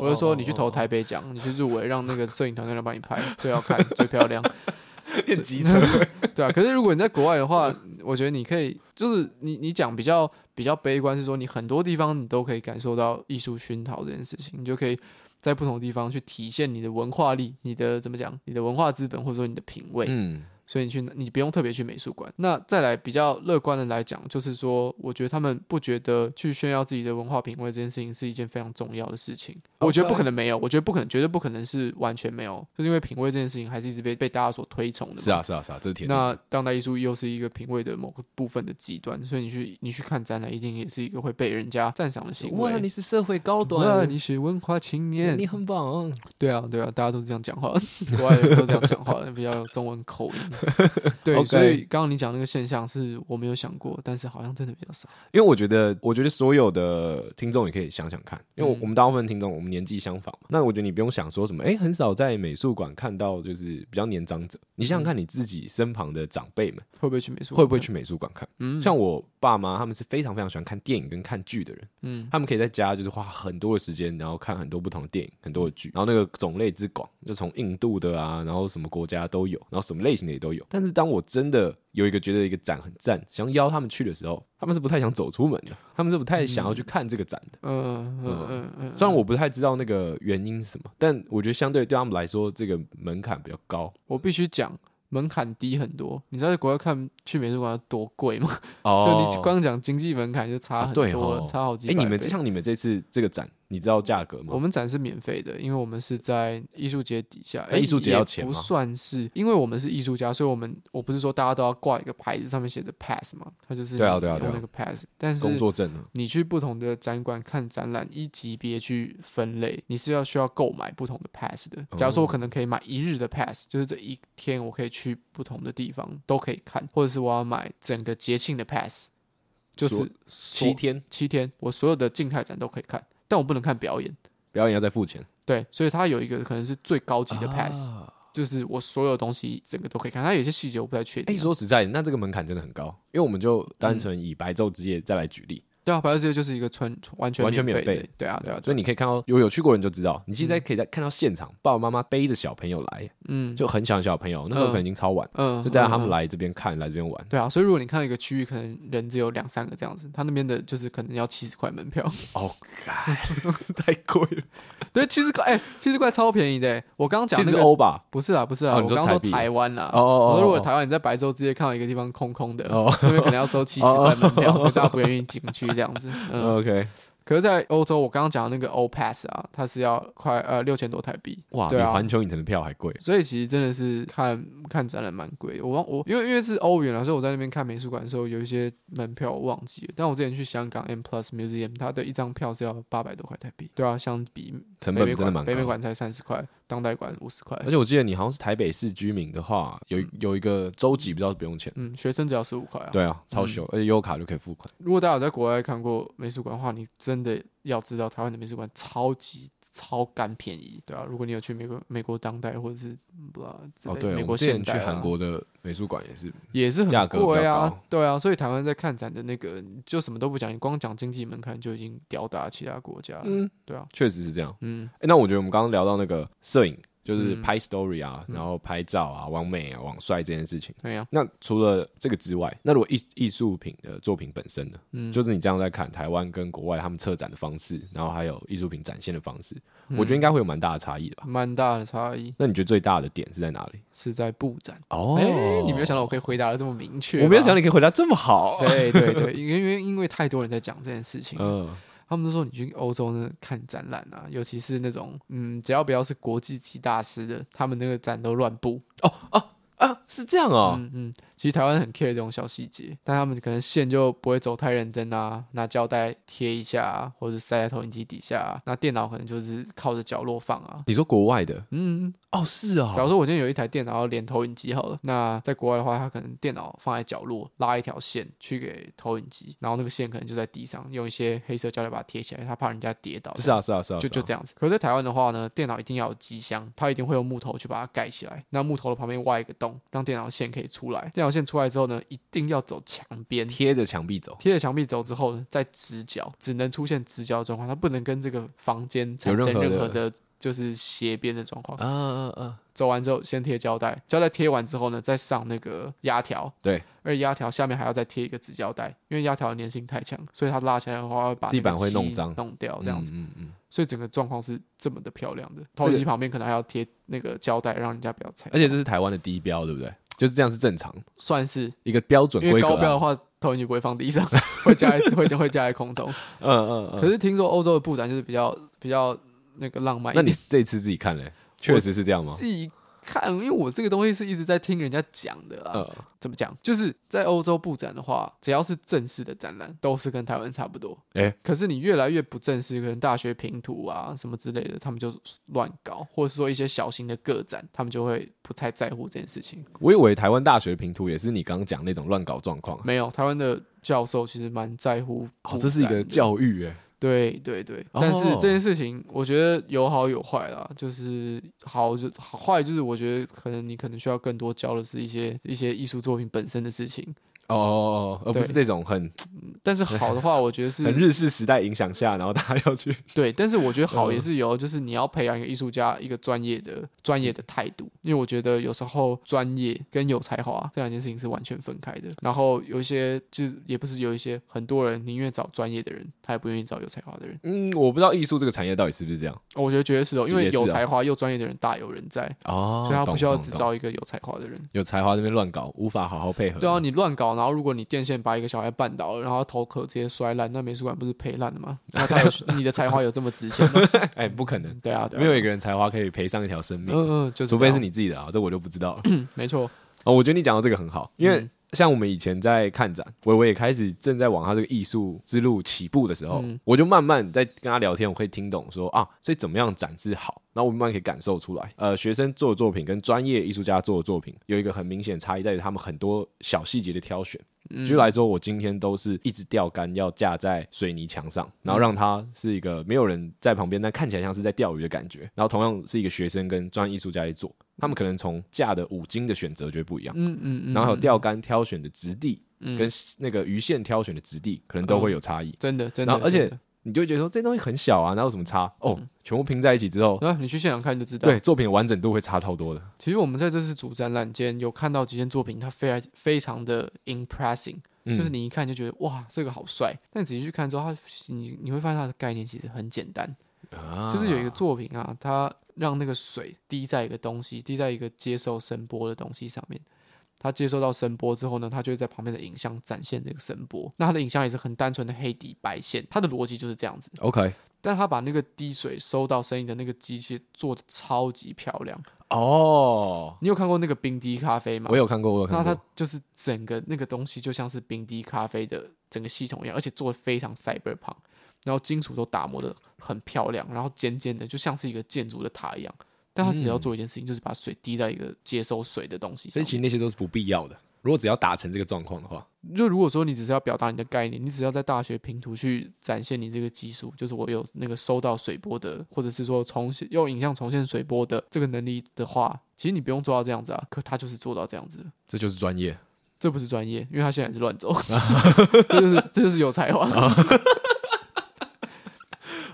Speaker 1: 哦
Speaker 2: 我就说你去投，
Speaker 1: 哦
Speaker 2: 台北奖，你去入围，让那个摄影团队来帮你拍， 最好看、最漂 亮。
Speaker 1: 哦 变机车，
Speaker 2: 对啊，可是如果你在国外的话，我觉得你可以，就是你你讲比较比较悲观，是说你很多地方你都可以感受到艺术熏陶这件事情，你就可以在不同地方去体现你的文化力，你的怎么讲，你的文化资本或者说你的品味。
Speaker 1: 嗯，
Speaker 2: 所以你去你不用特别去美术馆。那再来比较乐观的来讲，就是说，我觉得他们不觉得去炫耀自己的文化品味这件事情是一件非常重要的事情。我觉得不可能没有，我觉得不可能，绝对不可能是完全没有，就是因为品味这件事情还是一直被被大家所推崇的嘛。
Speaker 1: 是啊，是啊，是啊，这是铁定
Speaker 2: 那当代艺术又是一个品味的某个部分的极端，所以你去你去看展览，一定也是一个会被人家赞赏的行为。
Speaker 1: 哇，你是啊社会高
Speaker 2: 哇
Speaker 1: 端，
Speaker 2: 你是文化青
Speaker 1: 你
Speaker 2: 年，
Speaker 1: 你很棒，
Speaker 2: 对啊，对啊，大家都是这样讲话， 国外人都这样讲话，比较有中文口音。对，
Speaker 1: OK
Speaker 2: 所以刚刚你讲那个现象是我没有想过，但是好像真的比较少。
Speaker 1: 因为我觉得，我觉得所有的听众也可以想想看，因为我
Speaker 2: 嗯
Speaker 1: 我们大部分听众我们年纪相仿嘛，那我觉得你不用想说什么，哎、很少在美术馆看到就是比较年长者，你想想看你自己身旁的长辈们
Speaker 2: 会不会去美术？
Speaker 1: 会不会？去美术馆看？
Speaker 2: 嗯，
Speaker 1: 像我爸妈他们是非常非常喜欢看电影跟看剧的人，
Speaker 2: 嗯，
Speaker 1: 他们可以在家就是花很多的时间，然后看很多不同的电影、很多的剧，然后那个种类之广，就从印度的啊，然后什么国家都有，然后什么类型的也都有。但是当我真的有一个觉得一个展很赞，想邀他们去的时候，他们是不太想走出门的，他们是不太想要去看这个展的。
Speaker 2: 嗯嗯嗯嗯，
Speaker 1: 虽然我不太知道那个原因是什么，但我觉得相对对他们来说，这个门槛比较高
Speaker 2: 我必须讲。门槛低很多，你知道在国外看去美术馆要多贵吗？ 就你光讲经济门槛就差
Speaker 1: 哦啊
Speaker 2: 很多
Speaker 1: 对
Speaker 2: 了，
Speaker 1: 哦
Speaker 2: 差好几
Speaker 1: 哎、
Speaker 2: 百倍。
Speaker 1: 你们像你们这次这个展，你知道价格吗？
Speaker 2: 我们展是免费的，因为我们是在艺术节底下。
Speaker 1: 那
Speaker 2: 诶
Speaker 1: 艺术节
Speaker 2: 也
Speaker 1: 要钱
Speaker 2: 不
Speaker 1: 吗
Speaker 2: 算是，因为我们是艺术家，所以我们我不是说大家都要挂一个牌子，上面写着 pass 嘛，它就是
Speaker 1: 对啊
Speaker 2: 你
Speaker 1: 对啊对啊
Speaker 2: 用那个 pass。但是
Speaker 1: 工作证啊，
Speaker 2: 你去不同的展馆看展览，依级别去分类，你是要需要购买不同的 pass 的。假如
Speaker 1: 哦
Speaker 2: 说我可能可以买一日的 pass，、就是这一天我可以去不同的地方都可以看，或者是我要买整个节庆的 pass，就是
Speaker 1: 所七天
Speaker 2: 七天我所有的静态展都可以看，但我不能看表演。
Speaker 1: 表演要再付钱，
Speaker 2: 对，所以它有一个可能是最高级的 pass，、
Speaker 1: 啊
Speaker 2: 就是我所有东西整个都可以看。它有些细节我不太确
Speaker 1: 哎、
Speaker 2: 定啊、嗯
Speaker 1: 说实在，那这个门槛真的很高，因为我们就单纯以白昼之夜再来举例，
Speaker 2: 对啊，白日之夜就是一个纯完全
Speaker 1: 完全
Speaker 2: 免
Speaker 1: 免
Speaker 2: 费
Speaker 1: 费
Speaker 2: 的，对啊，对啊，
Speaker 1: 所
Speaker 2: 对啊
Speaker 1: 以你可以看到有有去过的人就知道，你现在可以在看到现场，爸爸妈妈背着小朋友来，
Speaker 2: 嗯
Speaker 1: 就很小的小朋友，那时候可能已经超晚，
Speaker 2: 嗯，
Speaker 1: 就带着他们
Speaker 2: 嗯。嗯
Speaker 1: 来这边看，来这边玩。
Speaker 2: 对啊，所以如果你看到一个区域，可能人只有两三个这样子，他那边的就是可能要七十块门票，
Speaker 1: 哦，太贵了，
Speaker 2: 对，七十块，哎、七十块超便宜的欸。我刚刚 讲
Speaker 1: 其
Speaker 2: 那
Speaker 1: 实
Speaker 2: 个
Speaker 1: 欧吧，
Speaker 2: 不是啦，不是啦，
Speaker 1: 哦
Speaker 2: 我
Speaker 1: 你说
Speaker 2: 刚刚
Speaker 1: 台
Speaker 2: 说
Speaker 1: 币
Speaker 2: 台湾啦。
Speaker 1: 哦哦
Speaker 2: 我
Speaker 1: 哦
Speaker 2: 说如果
Speaker 1: 哦
Speaker 2: 台湾你在白昼之夜看到一个地方空空的，
Speaker 1: 哦
Speaker 2: 那边可能要收七十块门票，所以大家不愿 意进去这样子。嗯，
Speaker 1: ，OK，
Speaker 2: 可是，在欧洲，我刚刚讲的那个 O Pass 啊，它是要快呃六千多台币，
Speaker 1: 哇，比
Speaker 2: 对啊
Speaker 1: 环球影城的票还贵，
Speaker 2: 所以其实真的是看看展览蛮贵的。我忘我因为因为是欧元啊，所以我在那边看美术馆的时候，有一些门票我忘记了。但我之前去香港 M Plus Museum，它的一张票是要八百多块台币，对啊，相比
Speaker 1: 成
Speaker 2: 北
Speaker 1: 本
Speaker 2: 美
Speaker 1: 真的
Speaker 2: 馆
Speaker 1: 蛮
Speaker 2: 北美
Speaker 1: 高。
Speaker 2: 馆才三十块，当代馆五十块，
Speaker 1: 而且我记得你好像是台北市居民的话，有有一个周几不知道是不用钱，
Speaker 2: 嗯，学生只要十五块啊。
Speaker 1: 对啊，超秀，而且优卡就可以付款。
Speaker 2: 如果大家有在国外看过美术馆的话，你真的要知道台湾的美术馆超级超干便宜，对啊。如果你有去美国美国当代或者是不知道之
Speaker 1: 哦，
Speaker 2: 类
Speaker 1: 对，
Speaker 2: 美
Speaker 1: 我
Speaker 2: 国
Speaker 1: 之
Speaker 2: 现
Speaker 1: 前去
Speaker 2: 代、啊，
Speaker 1: 韩国的美术馆也是，
Speaker 2: 也是
Speaker 1: 价
Speaker 2: 很
Speaker 1: 格比较
Speaker 2: 贵啊
Speaker 1: 高，
Speaker 2: 对啊。所以台湾在看展的那个就什么都不讲，你光讲经济门槛就已经吊打其他国家了，
Speaker 1: 嗯，
Speaker 2: 对啊，
Speaker 1: 确实是这样。
Speaker 2: 嗯
Speaker 1: 诶那我觉得我们刚刚聊到那个摄影，就是
Speaker 2: 嗯
Speaker 1: 拍 story 啊，然后拍照啊，往美啊，往帅这件事情。
Speaker 2: 对呀、
Speaker 1: 那除了这个之外，那如果艺艺术品的作品本身呢？
Speaker 2: 嗯
Speaker 1: 就是你这样在看台湾跟国外他们策展的方式，然后还有艺术品展现的方式，我觉得应该会有蛮大的差异的吧？
Speaker 2: 嗯蛮大的差异
Speaker 1: 那你觉得最大的点是在哪里？
Speaker 2: 是在布展。
Speaker 1: 哦
Speaker 2: 哎、你没有想到我可以回答的这么明确，
Speaker 1: 我没有想到
Speaker 2: 到。
Speaker 1: 你可以回答这么好。
Speaker 2: 对对对，因为因为因为太多人在讲这件事情 了，
Speaker 1: 嗯，
Speaker 2: 他们都说你去欧洲呢看展览啊，尤其是那种嗯，只要不要是国际级大师的，他们那个展都乱布。
Speaker 1: 啊，是这样哦。
Speaker 2: 嗯嗯，其实台湾很 care 这种小细节，但他们可能线就不会走太认真啊，拿胶带贴一下、啊，或者塞在投影机底下、啊，那电脑可能就是靠着角落放啊。
Speaker 1: 你说国外的
Speaker 2: 嗯，
Speaker 1: 哦，是啊
Speaker 2: 假如说我今天有一台电脑要连投影机好了，那在国外的话，它可能电脑放在角落，拉一条线去给投影机，然后那个线可能就在地上，用一些黑色胶带把它贴起来，他怕人家跌倒。
Speaker 1: 是啊，是啊，是啊，
Speaker 2: 就就这样子。可是，在台湾的话呢，电脑一定要有机箱，它一定会用木头去把它盖起来。那木头的旁边挖一个洞，让电脑线可以出来。电脑线出来之后呢，一定要走墙边
Speaker 1: 样，贴着墙壁走，
Speaker 2: 贴着墙壁走之后呢，再直角，只能出现直角的状况，它不能跟这个房间产
Speaker 1: 有任
Speaker 2: 生
Speaker 1: 何的
Speaker 2: 任何的。就是斜边的状况，
Speaker 1: 啊啊啊！
Speaker 2: 走完之后先贴胶带，胶带贴完之后呢，再上那个压条，
Speaker 1: 对，
Speaker 2: 而压条下面还要再贴一个直胶带，因为压条的粘性太强，所以它拉起来的话会把那个
Speaker 1: 地板会弄
Speaker 2: 漆
Speaker 1: 脏
Speaker 2: 弄掉这样子。
Speaker 1: 嗯嗯
Speaker 2: 所以整个状况是这么的漂亮的。投影机旁边可能还要贴那个胶带，让人家不要踩
Speaker 1: 嗯，。而且这是台湾的低标，对不对？就是这样是正常
Speaker 2: 算是，
Speaker 1: 一个标准
Speaker 2: 因为
Speaker 1: 规格
Speaker 2: 高标的
Speaker 1: 啊。
Speaker 2: 话，投影机不会放地上， 会架在会会架在空中。
Speaker 1: 嗯 嗯
Speaker 2: 可
Speaker 1: 嗯。
Speaker 2: 是听说欧洲的布展就是比较比较那个浪漫
Speaker 1: 那
Speaker 2: 一
Speaker 1: 你
Speaker 2: 点。
Speaker 1: 这次自己看嘞，确实是这样吗？
Speaker 2: 自己看，因为我这个东西是一直在听人家讲的啊。
Speaker 1: 呃，
Speaker 2: 怎么讲？就是在欧洲布展的话，只要是正式的展览，都是跟台湾差不多。
Speaker 1: 诶
Speaker 2: 可是你越来越不正式，可能大学评图啊什么之类的，他们就乱搞，或者说一些小型的个展，他们就会不太在乎这件事情。
Speaker 1: 我以为台湾大学平图也是你刚刚讲那种乱搞状况啊。
Speaker 2: 没有，台湾的教授其实蛮在乎
Speaker 1: 哦，
Speaker 2: 布展的。
Speaker 1: 这是一个教育哎。
Speaker 2: 对对对，
Speaker 1: 哦
Speaker 2: 但是这件事情我觉得有好有坏啦，就是好就好坏就是我觉得可能你可能需要更多教的是一些一些艺术作品本身的事情，
Speaker 1: 哦哦哦，而不是这种很
Speaker 2: 但是好的话，我觉得是
Speaker 1: 很日式时代影响下，然后大家要 去
Speaker 2: 对，但是我觉得好也
Speaker 1: 嗯
Speaker 2: 是有，就是你要培养一个艺术家一个专业的专业的态度，因为我觉得有时候专业跟有才华这两件事情是完全分开的。然后有一些就是也不是有一些很多人宁愿找专业的人，他也不愿意找有才华的人。
Speaker 1: 嗯，我不知道艺术这个产业到底是不是这样
Speaker 2: 哦我觉得绝对是哦，因为
Speaker 1: 也是啊
Speaker 2: 有才华又专业的人大有人在，
Speaker 1: 哦
Speaker 2: 所以他不需要只
Speaker 1: 知道。
Speaker 2: 招一个有才华的人。
Speaker 1: 有才华那边乱搞，无法好好配合。
Speaker 2: 对啊，你乱搞，然后如果你电线把一个小孩绊倒了，然后头壳直接摔烂，那美术馆不是赔烂了吗？那他有 你的才华有这么值钱吗？
Speaker 1: 哎、不可能，
Speaker 2: 对啊，对啊
Speaker 1: 没有一个人才华可以赔上一条生命，
Speaker 2: 嗯嗯，就是
Speaker 1: 除非
Speaker 2: 这
Speaker 1: 是
Speaker 2: 样，
Speaker 1: 你自己的啊，这我就不知道了。
Speaker 2: 没错，
Speaker 1: 哦，我觉得你讲到这个很好，因为
Speaker 2: 嗯
Speaker 1: 像我们以前在看展，我我也开始正在往他这个艺术之路起步的时候，
Speaker 2: 嗯
Speaker 1: 我就慢慢在跟他聊天，我可以听懂说啊，所以怎么样展示好，然后我慢慢可以感受出来，呃，学生做的作品跟专业艺术家做的作品有一个很明显的差异，在于他们很多小细节的挑选。
Speaker 2: 嗯
Speaker 1: 举例来说，我今天都是一只钓竿要架在水泥墙上，然
Speaker 2: 嗯
Speaker 1: 后让它是一个没有人在旁边，但看起来像是在钓鱼的感觉。然后同样是一个学生跟专业艺术家去做，他们可能从架的五金的选择就会不一样，
Speaker 2: 嗯嗯嗯，
Speaker 1: 然后还有
Speaker 2: 嗯
Speaker 1: 钓竿挑选的质地
Speaker 2: 嗯哦
Speaker 1: 跟那个鱼线挑选的质地，可能都会有差异。
Speaker 2: 真的真的，
Speaker 1: 然后而且
Speaker 2: 真的
Speaker 1: 你就会觉得说这东西很小啊，哪有什么差？哦，
Speaker 2: 嗯
Speaker 1: 全部拼在一起之后，
Speaker 2: 然后你去现场看就知道。
Speaker 1: 对，作品的完整度会差超多的。
Speaker 2: 其实我们在这次主展览间有看到几件作品，它非常非常的 impressing，、
Speaker 1: 嗯
Speaker 2: 就是你一看就觉得哇，这个好帅。但仔细去看之后，它你你会发现它的概念其实很简单，
Speaker 1: 啊
Speaker 2: 就是有一个作品啊，它让那个水滴在一个东西，滴在一个接受声波的东西上面。它接收到声波之后呢，它就会在旁边的影像展现这个声波。那它的影像也是很单纯的黑底白线，它的逻辑就是这样子。
Speaker 1: OK
Speaker 2: 但他把那个滴水收到声音的那个机器做的超级漂亮。
Speaker 1: 哦，
Speaker 2: 你有看过那个冰滴咖啡吗
Speaker 1: 我？有看过，我有看
Speaker 2: 那
Speaker 1: 过
Speaker 2: 它。就是整个那个东西就像是冰滴咖啡的整个系统一样，而且做的非常 cyberpunk，然后金属都打磨的很漂亮，然后尖尖的，就像是一个建筑的塔
Speaker 1: 嗯
Speaker 2: 一样。但它只要做一件事情，就是把水滴在一个接收水的东西
Speaker 1: 所
Speaker 2: 上
Speaker 1: 以其实
Speaker 2: 面。
Speaker 1: 那些都是不必要的。如果只要达成这个状况的话，
Speaker 2: 就如果说你只是要表达你的概念，你只要在大学拼图去展现你这个技术，就是我有那个收到水波的，或者是说重现用影像重现水波的这个能力的话，其实你不用做到这样子啊，可他就是做到这样子了，
Speaker 1: 这就是专业。
Speaker 2: 这不是专业，因为他现在是乱 走，这就是这就是有才华。
Speaker 1: 哦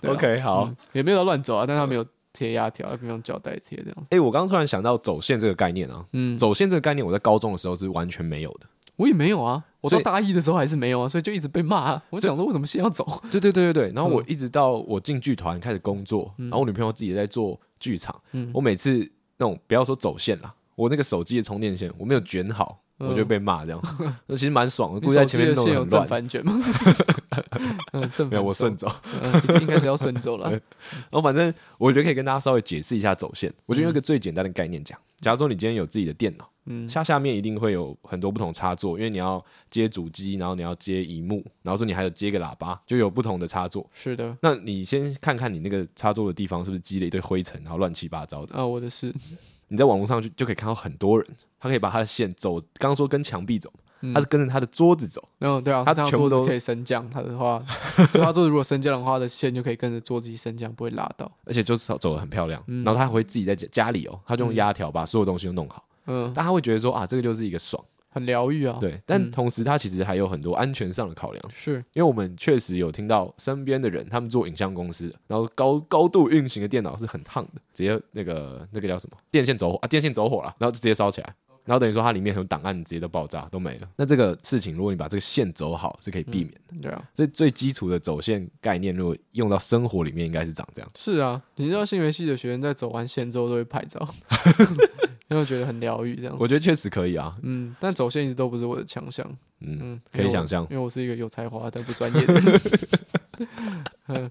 Speaker 2: 对啊
Speaker 1: OK，好，
Speaker 2: 嗯 也没有到乱走啊，但他没有贴压条，他可以用胶带贴这样。
Speaker 1: 哎、我刚刚突然想到走线这个概念啊，
Speaker 2: 嗯，
Speaker 1: 走线这个概念我在高中的时候是完全没有的。
Speaker 2: 我也没有啊，我
Speaker 1: 所
Speaker 2: 到
Speaker 1: 以
Speaker 2: 大一的时候还是没有啊，所以就一直被骂、啊。我想说，为什么先要走？
Speaker 1: 对对对对对，然后我一直到我进剧团开始工作，然后我女朋友自己也在做剧场，
Speaker 2: 嗯
Speaker 1: 我每次那种不要说走线啦，我那个手机的充电线我没有卷好，
Speaker 2: 嗯
Speaker 1: 我就被骂这样， 那其实蛮爽的，
Speaker 2: 你
Speaker 1: 故意在
Speaker 2: 手机
Speaker 1: 前
Speaker 2: 的
Speaker 1: 面弄
Speaker 2: 线
Speaker 1: 得
Speaker 2: 有
Speaker 1: 很
Speaker 2: 正
Speaker 1: 乱，
Speaker 2: 反卷吗？ 嗯，正反
Speaker 1: 没有我
Speaker 2: 手
Speaker 1: 顺走。
Speaker 2: 嗯，应该是要顺走 了。
Speaker 1: 然后反正我觉得可以跟大家稍微解释一下走线，我觉得用一个最简单的概念讲，假如说你今天有自己的电脑。
Speaker 2: 嗯
Speaker 1: 下下面一定会有很多不同插座，因为你要接主机，然后你要接荧幕，然后说你还有接个喇叭，就有不同的插座。
Speaker 2: 是的，
Speaker 1: 那你先看看你那个插座的地方是不是积了一堆灰尘，然后乱七八糟的。
Speaker 2: 啊，我的是，
Speaker 1: 你在网络上去就可以看到很多人，他可以把他的线走，刚刚说跟墙壁走，
Speaker 2: 嗯
Speaker 1: 他是跟着他的桌子走。
Speaker 2: 然后对啊，
Speaker 1: 它
Speaker 2: 这样
Speaker 1: 全部
Speaker 2: 桌子
Speaker 1: 都
Speaker 2: 可以升降，它 的话，就它桌子如果升降的话，它的线就可以跟着桌子一起升降，不会拉到。
Speaker 1: 而且就是走得很漂亮，
Speaker 2: 嗯
Speaker 1: 然后他会自己在家家里哦，他就用压条把所有东西都弄好，
Speaker 2: 嗯，
Speaker 1: 但他会觉得说啊，这个就是一个爽，
Speaker 2: 很疗愈啊。，
Speaker 1: 对。但
Speaker 2: 嗯
Speaker 1: 同时他其实还有很多安全上的考量，
Speaker 2: 是，
Speaker 1: 因为我们确实有听到身边的人，他们做影像公司的，然后高高度运行的电脑是很烫的，直接那个那个叫什么电线走火啊，电线走火了，然后就直接烧起来，然后等于说它里面很多档案直接都爆炸都没了。那这个事情，如果你把这个线走好，是可以避免的。
Speaker 2: 对啊，
Speaker 1: 所以最基础的走线概念，如果用到生活里面，应该是长这样。
Speaker 2: 是啊。你知道新闻系的学员在走完线之后都会拍 照，因为觉得很疗愈这样。
Speaker 1: 我觉得确实可以啊，
Speaker 2: 嗯，但走线一直都不是我的强项。
Speaker 1: 嗯，
Speaker 2: 嗯，
Speaker 1: 可以
Speaker 2: 因为我
Speaker 1: 想象
Speaker 2: 因为我是一个有才华但不专业 的人。嗯，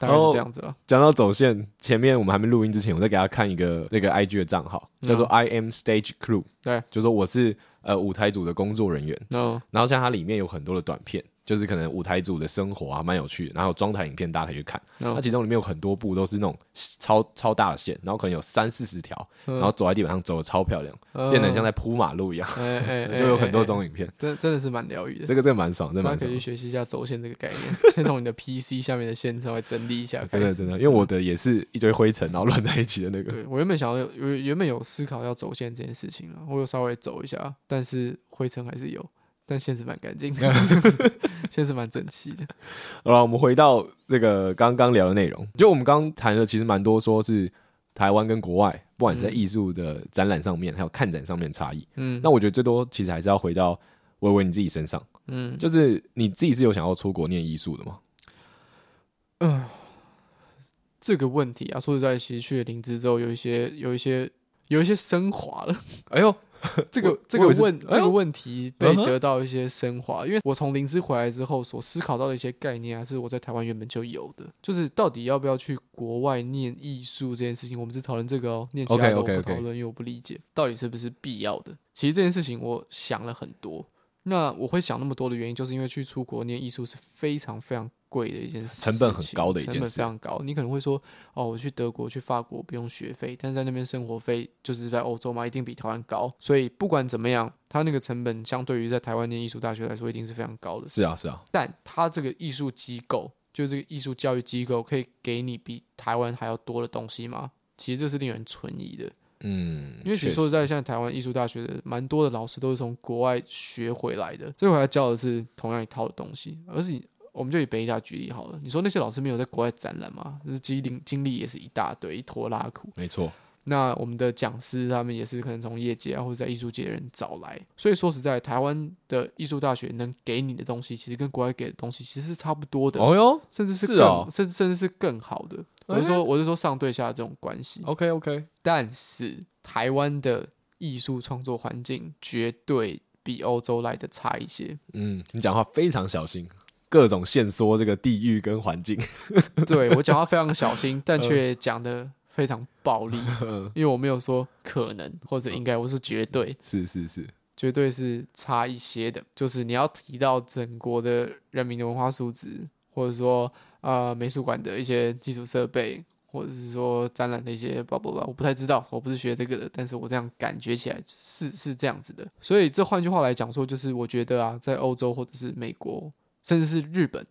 Speaker 2: 大概是这样子了。
Speaker 1: 讲到走线，前面我们还没录音之前，我再给他看一个那个 IG 的账号，叫做 I am Stage Crew，、
Speaker 2: 嗯对，
Speaker 1: 就说我是呃舞台组的工作人员。
Speaker 2: 嗯，
Speaker 1: 然后像它里面有很多的短片，就是可能舞台组的生活啊，蛮有趣的。然后有妆台影片大家可以去看，
Speaker 2: 嗯
Speaker 1: 它其中里面有很多部都是那种超超大的线，然后可能有三四十条，
Speaker 2: 嗯
Speaker 1: 然后走在地板上走的超漂亮，
Speaker 2: 嗯
Speaker 1: 变得像在铺马路一样，
Speaker 2: 哎哎，哎
Speaker 1: 就有很多，
Speaker 2: 哎
Speaker 1: 种影片。
Speaker 2: 哎真真的是蛮疗愈的。
Speaker 1: 这个真的蛮爽，真的
Speaker 2: 大家
Speaker 1: 蛮
Speaker 2: 可
Speaker 1: 爽
Speaker 2: 以去。学习一下轴线这个概念， 先从你的 PC 下面的线稍微整理一下。
Speaker 1: 啊真的真的，因为我的也是一堆灰尘，然后乱在一起的那个。
Speaker 2: 对我原本想要有，我原本有思考要走线这件事情了，我有稍微走一下，但是灰尘还是有，但线是蛮干净 的，线是蛮整齐的。
Speaker 1: 好了，我们回到这个刚刚聊的内容，就我们刚谈的其实蛮多，说是台湾跟国外，不管是在
Speaker 2: 嗯
Speaker 1: 艺术的展览上面，还有看展上面的差异。
Speaker 2: 嗯，
Speaker 1: 那我觉得最多其实还是要回到微微你自己身上，
Speaker 2: 嗯，
Speaker 1: 就是你自己是有想要出国念艺术的吗？
Speaker 2: 这个问题啊，说实在，其实去了林芝之后，有一些有一些有一些升华了。
Speaker 1: 哎呦，
Speaker 2: 这个
Speaker 1: 我
Speaker 2: 这
Speaker 1: 我
Speaker 2: 个
Speaker 1: 以为是
Speaker 2: 问
Speaker 1: 哎
Speaker 2: 这
Speaker 1: 呦
Speaker 2: 个问题被
Speaker 1: 嗯哼
Speaker 2: 得到一些升华，因为我从林芝回来之后所思考到的一些概念啊，是我在台湾原本就有的，就是到底要不要去国外念艺术这件事情，我们是讨论这个哦，念其他的我
Speaker 1: OK，OK，OK
Speaker 2: 不讨论，因为我不理解到底是不是必要的。其实这件事情我想了很多，那我会想那么多的原因，就是因为去出国念艺术是非常非常贵的一件事情，
Speaker 1: 成本很高的一件
Speaker 2: 成本
Speaker 1: 事
Speaker 2: 非常高。你可能会说，哦，我去德国、去法国不用学费，但是在那边生活费就是在欧洲嘛，一定比台湾高。所以不管怎么样，它那个成本相对于在台湾念艺术大学来说，一定是非常高的。
Speaker 1: 是啊是啊，
Speaker 2: 但它这个艺术机构，就这个艺术教育机构，可以给你比台湾还要多的东西吗？其实这是令人存疑的。
Speaker 1: 嗯，
Speaker 2: 因为其
Speaker 1: 确
Speaker 2: 实说实
Speaker 1: 实
Speaker 2: 在，现在台湾艺术大学的蛮多的老师都是从国外学回来的，所以回来教的是同样一套的东西。而是我们就以北艺大举例好了，你说那些老师没有在国外展览吗？就是经历经历也是一大堆，一拖拉苦。
Speaker 1: 没错，
Speaker 2: 那我们的讲师他们也是可能从业界啊或者在艺术界的人找来，所以说实在，台湾的艺术大学能给你的东西，其实跟国外给的东西其实是差不多的，
Speaker 1: 哦哟
Speaker 2: 甚至是
Speaker 1: 是
Speaker 2: 更
Speaker 1: 哦哎
Speaker 2: 甚至甚至是更好的。我是说，我是说上对下的这种关系。
Speaker 1: ，OK OK，
Speaker 2: 但是台湾的艺术创作环境绝对比欧洲来的差一些。
Speaker 1: 嗯，你讲话非常小心，各种限缩这个地域跟环境，
Speaker 2: 对我讲话非常小心，但却讲的非常暴力，因为我没有说可能或者应该，我是绝对，
Speaker 1: 是是是，
Speaker 2: 绝对是差一些的。就是你要提到整国的人民的文化素质，或者说呃美术馆的一些基础设备。或者是说展览的一些吧吧吧，我不太知道，我不是学这个的，但是我这样感觉起来是是这样子的。所以这换句话来讲说，就是我觉得啊，在欧洲或者是美国，甚至是日本。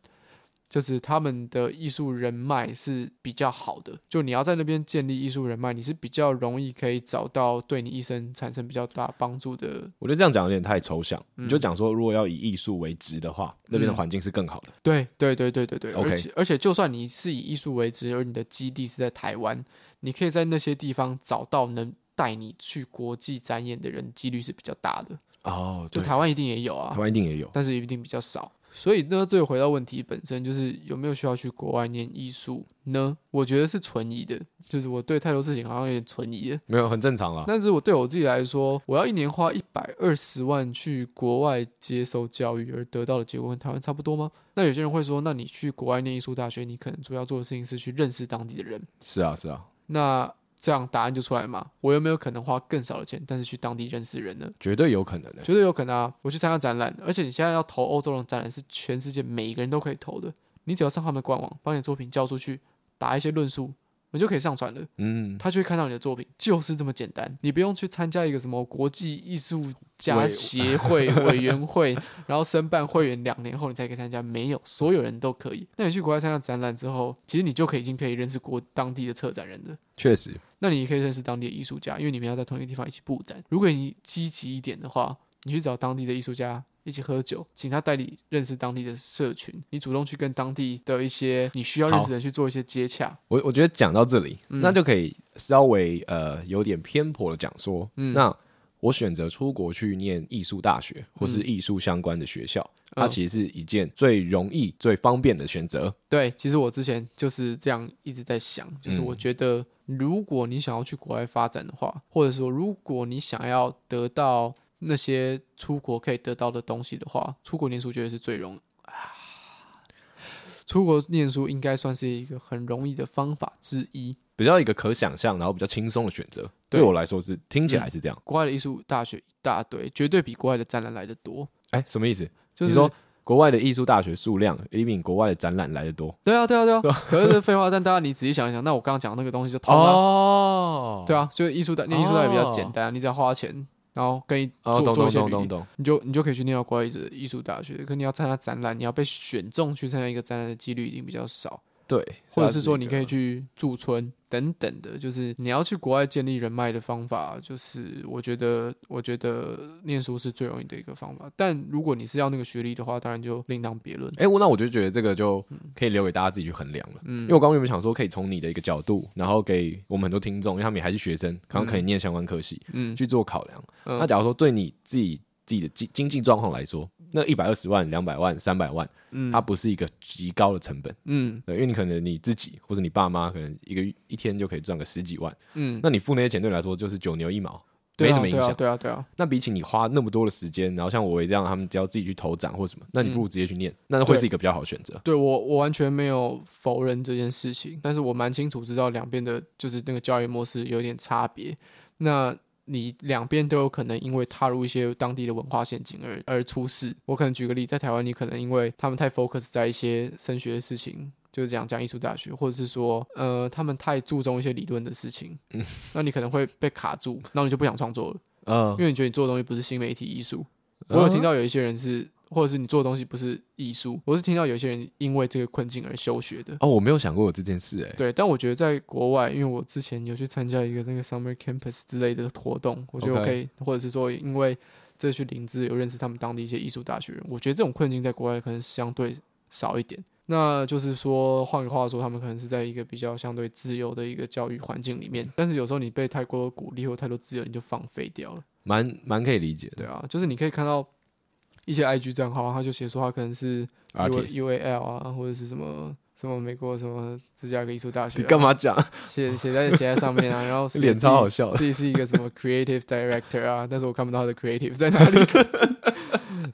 Speaker 2: 就是他们的艺术人脉是比较好的，就你要在那边建立艺术人脉，你是比较容易可以找到对你一生产生比较大帮助的。
Speaker 1: 我觉得这样讲有点太抽象，你就讲说，如果要以艺术为职的话，那边的环境是更好的。
Speaker 2: 对对对对对对
Speaker 1: OK
Speaker 2: 而且而且就算你是以艺术为职，而你的基地是在台湾，你可以在那些地方找到能带你去国际展演的人，几率是比较大的。
Speaker 1: 哦，
Speaker 2: 就台湾一定也有啊
Speaker 1: 台，湾一定也有。
Speaker 2: 但是一定比较少。所以呢，这个回到问题本身，就是有没有需要去国外念艺术呢？我觉得是存疑的，就是我对太多事情好像有点存疑了。
Speaker 1: 没有，很正常啦。
Speaker 2: 但是我对我自己来说，我要一年花一百二十万去国外接受教育，而得到的结果跟台湾差不多吗？那有些人会说，那你去国外念艺术大学，你可能主要做的事情是去认识当地的人。
Speaker 1: 是啊，是啊，
Speaker 2: 那这样答案就出来了嘛？我有没有可能花更少的钱，但是去当地认识人呢？
Speaker 1: 绝对有可能的、
Speaker 2: 绝对有可能啊！我去参加展览，而且你现在要投欧洲的展览是全世界每一个人都可以投的，你只要上他们的官网，把你的作品交出去，打一些论述，你就可以上传了。
Speaker 1: 嗯，
Speaker 2: 他就会看到你的作品，就是这么简单。你不用去参加一个什么国际艺术家
Speaker 1: 委
Speaker 2: 协会委员会，然后申办会员两年后你才可以参加，没有，所有人都可以。那你去国外参加展览之后，其实你就可以已经可以认识国当地的策展人了。
Speaker 1: 确实，
Speaker 2: 那你也可以认识当地的艺术家，因为你们要在同一个地方一起布展。如果你积极一点的话，你去找当地的艺术家一起喝酒，请他带你认识当地的社群，你主动去跟当地的一些你需要认识的人去做一些接洽。
Speaker 1: 我我觉得讲到这里，那就可以稍微呃有点偏颇的讲说，那我选择出国去念艺术大学或是艺术相关的学校，它其实是一件最容易、最方便的选择。
Speaker 2: 对，其实我之前就是这样一直在想，就是
Speaker 1: 嗯
Speaker 2: 我觉得如果你想要去国外发展的话，或者说如果你想要得到那些出国可以得到的东西的话，出国念书绝对是最容啊，出国念书应该算是一个很容易的方法之一。
Speaker 1: 比较一个可想象，然后比较轻松的选择，
Speaker 2: 对
Speaker 1: 对我来说是听起来是这样。
Speaker 2: 国外的艺术大学一大堆，绝对比国外的展览来的多。
Speaker 1: 哎、什么意思？
Speaker 2: 就
Speaker 1: 你
Speaker 2: 是
Speaker 1: 说国外的艺术大学数量一定比国外的展览来的多
Speaker 2: 对啊，对啊，对啊。可是废话，但大家你仔细想一想，那我刚刚讲的那个东西就通了。
Speaker 1: 哦
Speaker 2: 对
Speaker 1: 啊，
Speaker 2: 啊，就是艺术大念艺术大也比较简单，你只要花钱，然后跟一做、
Speaker 1: 哦，懂
Speaker 2: 做
Speaker 1: 懂
Speaker 2: 一些
Speaker 1: 懂
Speaker 2: 履
Speaker 1: 懂
Speaker 2: 历，
Speaker 1: 懂，
Speaker 2: 你就你就可以去念到国外的艺术大学。可你要参加展览，你要被选中去参加一个展览的几率一定比较少，
Speaker 1: 对，
Speaker 2: 或者是说你
Speaker 1: 以。
Speaker 2: 可以去驻村等等的，就是你要去国外建立人脉的方法，就是我觉得我觉得念书是最容易的一个方法。但如果你是要那个学历的话，当然就另当别论。
Speaker 1: 哎、我那我就觉得这个就
Speaker 2: 嗯
Speaker 1: 可以留给大家自己去衡量了。因为我刚刚原本想说，可以从你的一个角度，然后给我们很多听众，因为他们也还是学生，可能可以念相关科系、
Speaker 2: 嗯，
Speaker 1: 去做考量。
Speaker 2: 嗯
Speaker 1: 那假如说对你自己自己的经经济状况来说，那一百二十万、两百万、三百万，
Speaker 2: 嗯
Speaker 1: 它不是一个极高的成本，
Speaker 2: 嗯
Speaker 1: 对，因为你可能你自己或者你爸妈可能一个月一天就可以赚个十几万，
Speaker 2: 嗯，
Speaker 1: 那你付那些钱对你来说就是九牛一毛，
Speaker 2: 对
Speaker 1: 没
Speaker 2: 啊
Speaker 1: 什么影响。
Speaker 2: 对啊，对啊，
Speaker 1: 那比起你花那么多的时间，然后像我也这样，他们只要自己去投展或什么，那你不如直接去念，那会是一个比较好的选择。
Speaker 2: 嗯对我，我完全没有否认这件事情，但是我蛮清楚知道两边的，就是那个教育模式有点差别。那你两边都有可能因为踏入一些当地的文化陷阱而而出事。我可能举个例，在台湾，你可能因为他们太 focus 在一些升学的事情，就是讲讲艺术大学，或者是说，呃，他们太注重一些理论的事情，那你可能会被卡住，然后你就不想创作了，
Speaker 1: 嗯
Speaker 2: 因为你觉得你做的东西不是新媒体艺术。我有听到有一些人是，或者是你做的东西不是艺术，我是听到有些人因为这个困境而休学的。
Speaker 1: 哦，我没有想过有这件事、欸，哎，
Speaker 2: 对，但我觉得在国外，因为我之前有去参加一个那个 summer campus 之类的活动，我觉得我
Speaker 1: OK
Speaker 2: 可以或者是说因为这去灵芝有认识他们当地一些艺术大学人，我觉得这种困境在国外可能相对少一点。那就是说，换个话说，他们可能是在一个比较相对自由的一个教育环境里面，但是有时候你被太过鼓励或太多自由，你就放飞掉了。
Speaker 1: 蛮蛮可以理解的。
Speaker 2: 对啊，就是你可以看到一些 IG 账号，他就写说他可能是 U
Speaker 1: artist，
Speaker 2: U A L 啊，或者是什么什么美国什么芝加哥艺术大学、啊，
Speaker 1: 你干嘛 讲？
Speaker 2: 写写在写在上 面啊？然后
Speaker 1: 脸超好
Speaker 2: 笑，
Speaker 1: 笑的。
Speaker 2: 自己是一个什么 creative director 啊，但是我看不到他的 creative 在哪里。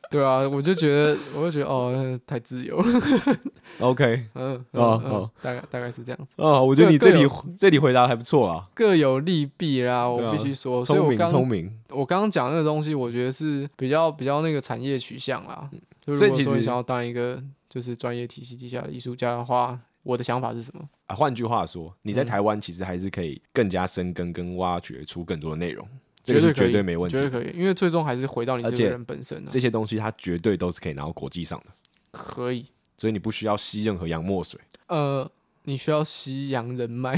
Speaker 2: 对啊，我就觉得，我就觉得哦，太自由了，
Speaker 1: OK，
Speaker 2: 嗯，嗯
Speaker 1: 哦
Speaker 2: 嗯
Speaker 1: 哦
Speaker 2: 大概大概是这样子，
Speaker 1: 哦，我觉得
Speaker 2: 各
Speaker 1: 你这
Speaker 2: 各
Speaker 1: 里
Speaker 2: 有
Speaker 1: 这里回答得还不错啦，
Speaker 2: 各有利弊啦，
Speaker 1: 对
Speaker 2: 我
Speaker 1: 啊
Speaker 2: 必须说，哦所以
Speaker 1: 聪
Speaker 2: 我
Speaker 1: 明
Speaker 2: 刚
Speaker 1: 聪明。
Speaker 2: 我刚刚讲那个东西，我觉得是比较比较那个产业取向啦。就
Speaker 1: 嗯所
Speaker 2: 如
Speaker 1: 以
Speaker 2: 果
Speaker 1: 其
Speaker 2: 说
Speaker 1: 实
Speaker 2: 你想要当一个就是专业体系底下的艺术家的话，我的想法是什么？
Speaker 1: 啊，换句话说，你
Speaker 2: 嗯
Speaker 1: 在台湾其实还是可以更加深耕跟挖掘出更多的内容，这个是
Speaker 2: 可以
Speaker 1: 绝对没问
Speaker 2: 绝对
Speaker 1: 题。
Speaker 2: 可以，因为最终还是回到你
Speaker 1: 而
Speaker 2: 这个
Speaker 1: 且
Speaker 2: 人本身呢、啊
Speaker 1: 这些东西它绝对都是可以拿到国际上的，
Speaker 2: 可以，
Speaker 1: 所以你不需要吸任何洋墨水。
Speaker 2: 呃，你需要西洋人 脉，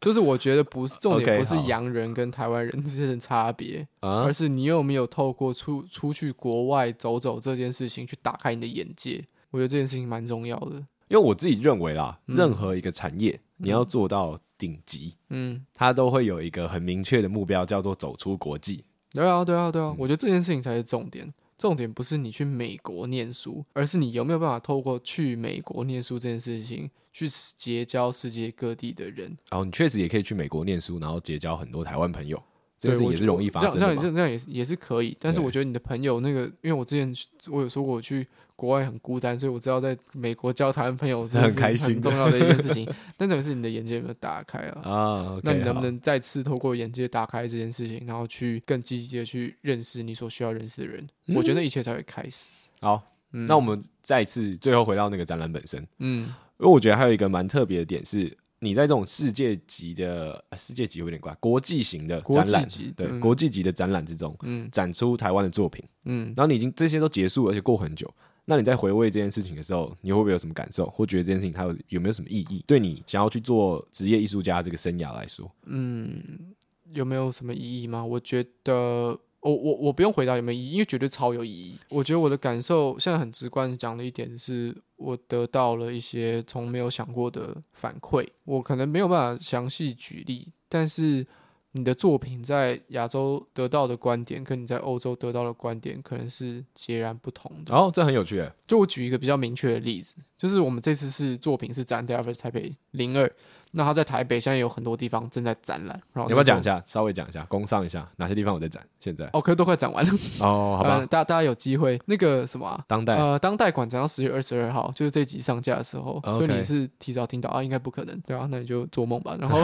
Speaker 2: 就是我觉得不是重点，
Speaker 1: OK，
Speaker 2: 不是
Speaker 1: 好
Speaker 2: 洋人跟台湾人之间的差别，
Speaker 1: 啊
Speaker 2: 而是你有没有透过出出去国外走走这件事情去打开你的眼界。我觉得这件事情蛮重要的。
Speaker 1: 因为我自己认为啦，
Speaker 2: 嗯
Speaker 1: 任何一个产业你要做到顶级，
Speaker 2: 嗯，
Speaker 1: 它都会有一个很明确的目标，叫做走出国际。
Speaker 2: 对啊，对啊，对
Speaker 1: 嗯
Speaker 2: 啊，我觉得这件事情才是重点。重点不是你去美国念书，而是你有没有办法透过去美国念书这件事情，去结交世界各地的人。
Speaker 1: 然后你确实也可以去美国念书，然后结交很多台湾朋友，这
Speaker 2: 对
Speaker 1: 个事情
Speaker 2: 我
Speaker 1: 也
Speaker 2: 觉
Speaker 1: 是容易发生
Speaker 2: 这样
Speaker 1: 的
Speaker 2: 这
Speaker 1: 嘛。
Speaker 2: 样这样也是也是可以，但是
Speaker 1: 对
Speaker 2: 我觉得你的朋友那个，因为我之前去我有说过我去国外很孤单，所以我知道在美国交台湾朋友真的
Speaker 1: 很
Speaker 2: 是
Speaker 1: 开心
Speaker 2: 很重要的一件 事情。但重点是你的眼界有没有打开啊？
Speaker 1: 啊，OK，
Speaker 2: 那你能
Speaker 1: 好
Speaker 2: 不能再次透过眼界打开这件事情，然后去更积极的去认识你所需要认识的人？
Speaker 1: 嗯
Speaker 2: 我觉得一切才会开始。
Speaker 1: 好？
Speaker 2: 嗯
Speaker 1: 那我们再次最后回到那个展览本身，
Speaker 2: 嗯，
Speaker 1: 因为我觉得还有一个蛮特别的点是，你在这种世界级的、呃世界级有点怪，国际型的
Speaker 2: 国
Speaker 1: 展
Speaker 2: 际
Speaker 1: 览，
Speaker 2: 级
Speaker 1: 对、
Speaker 2: 嗯
Speaker 1: 国际级的展览之中，
Speaker 2: 嗯
Speaker 1: 展出台湾的作品，
Speaker 2: 嗯，
Speaker 1: 然后你已经这些都结束了，而且过很久。那你在回味这件事情的时候，你会不会有什么感受，或觉得这件事情它有有没有什么意义？对你想要去做职业艺术家这个生涯来说，
Speaker 2: 嗯有没有什么意义吗？我觉得。我我我不用回答有没有意义，因为绝对超有意义。我觉得我的感受现在很直观地讲的一点是，我得到了一些从没有想过的反馈。我可能没有办法详细举例，但是你的作品在亚洲得到的观点，跟你在欧洲得到的观点，可能是截然不同的。
Speaker 1: 然、哦、后这很有趣耶，
Speaker 2: 就我举一个比较明确的例子，就是我们这次是作品是展 d i v e r s 台北零二，那它在台北现在有很多地方正在展览，然后
Speaker 1: 你要不要讲一
Speaker 2: 下？
Speaker 1: 下，稍微讲一下，工商一下哪些地方我在展？现在
Speaker 2: 哦，可是都快展完了，
Speaker 1: 哦，好吧，哎
Speaker 2: 呃大家大家有机会那个什么啊、
Speaker 1: 当代、
Speaker 2: 呃，当代馆展到十月二十二号，就是这集上架的时候
Speaker 1: OK
Speaker 2: 所以你是提早听到啊，应该不可能，对啊，那你就做梦吧。然后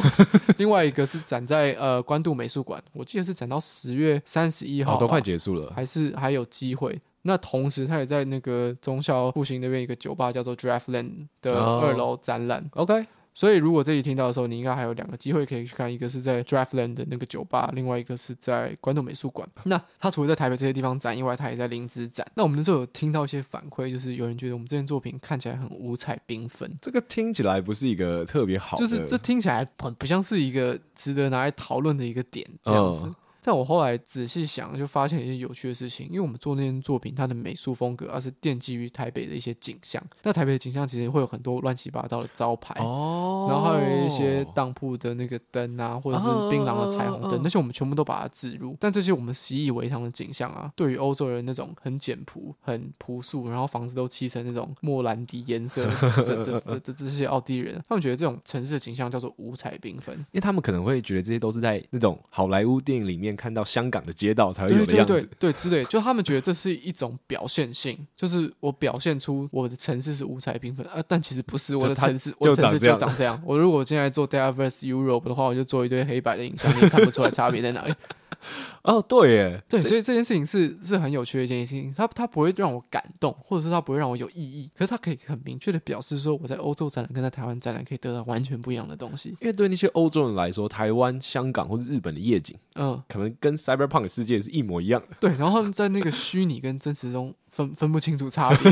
Speaker 2: 另外一个是展在呃关渡美术馆，我记得是展到十月三十一号
Speaker 1: 哦
Speaker 2: 吧、
Speaker 1: 都快结束了，
Speaker 2: 还是还有机会。那同时，他也在那个中校复兴那边一个酒吧叫做 Draftland 的
Speaker 1: 哦
Speaker 2: 二楼展览。
Speaker 1: OK，
Speaker 2: 所以，如果这集听到的时候，你应该还有两个机会可以去看，一个是在 Draftland 的那个酒吧，另外一个是在关渡美术馆。那他除了在台北这些地方展以外，他也在林芝展。那我们那时候有听到一些反馈，就是有人觉得我们这件作品看起来很五彩缤纷，
Speaker 1: 这个听起来不是一个特别好的，
Speaker 2: 就是这听起来很不像是一个值得拿来讨论的一个点这样子。
Speaker 1: 嗯
Speaker 2: 但我后来仔细想，就发现一些有趣的事情，因为我们做那件作品，它的美术风格，而是奠基于台北的一些景象。那台北的景象其实会有很多乱七八糟的招牌，
Speaker 1: 哦，
Speaker 2: 然后还有一些当铺的那个灯啊，或者是槟榔的彩虹
Speaker 1: 嗯嗯嗯嗯，
Speaker 2: 灯那些我们全部都把它置入。但这些我们习以为常的景象啊，对于欧洲人那种很简朴、很朴素，然后房子都漆成那种莫兰迪颜色的的的的的这些奥地利人，他们觉得这种城市的景象叫做五彩缤纷。
Speaker 1: 因为他们可能会觉得这些都是在那种好莱坞电影里面看到香港的街道才会
Speaker 2: 对
Speaker 1: 有的
Speaker 2: 对
Speaker 1: 样子，
Speaker 2: 对对，之类，就他们觉得这是一种表现性，就是我表现出我的城市是五彩缤纷啊，但其实不是我的
Speaker 1: 它
Speaker 2: 城市，我的
Speaker 1: 就
Speaker 2: 城
Speaker 1: 长
Speaker 2: 市
Speaker 1: 这
Speaker 2: 就
Speaker 1: 样
Speaker 2: 长这样。我如果现在做 d a v e r s Europe 的话，我就做一堆黑白的影像，你也看不出来差别在哪里。
Speaker 1: 哦，对耶，
Speaker 2: 对，所以这件事情是是很有趣的一件事情，它它不会让我感动，或者是它不会让我有意义，可是它可以很明确的表示说，我在欧洲展览跟在台湾展览可以得到完全不一样的东西。
Speaker 1: 因为对那些欧洲人来说，台湾、香港或者日本的夜景，
Speaker 2: 嗯，
Speaker 1: 可能跟 Cyberpunk 的世界是一模一样的。
Speaker 2: 对，然后他们在那个虚拟跟真实中分分不清楚 差别。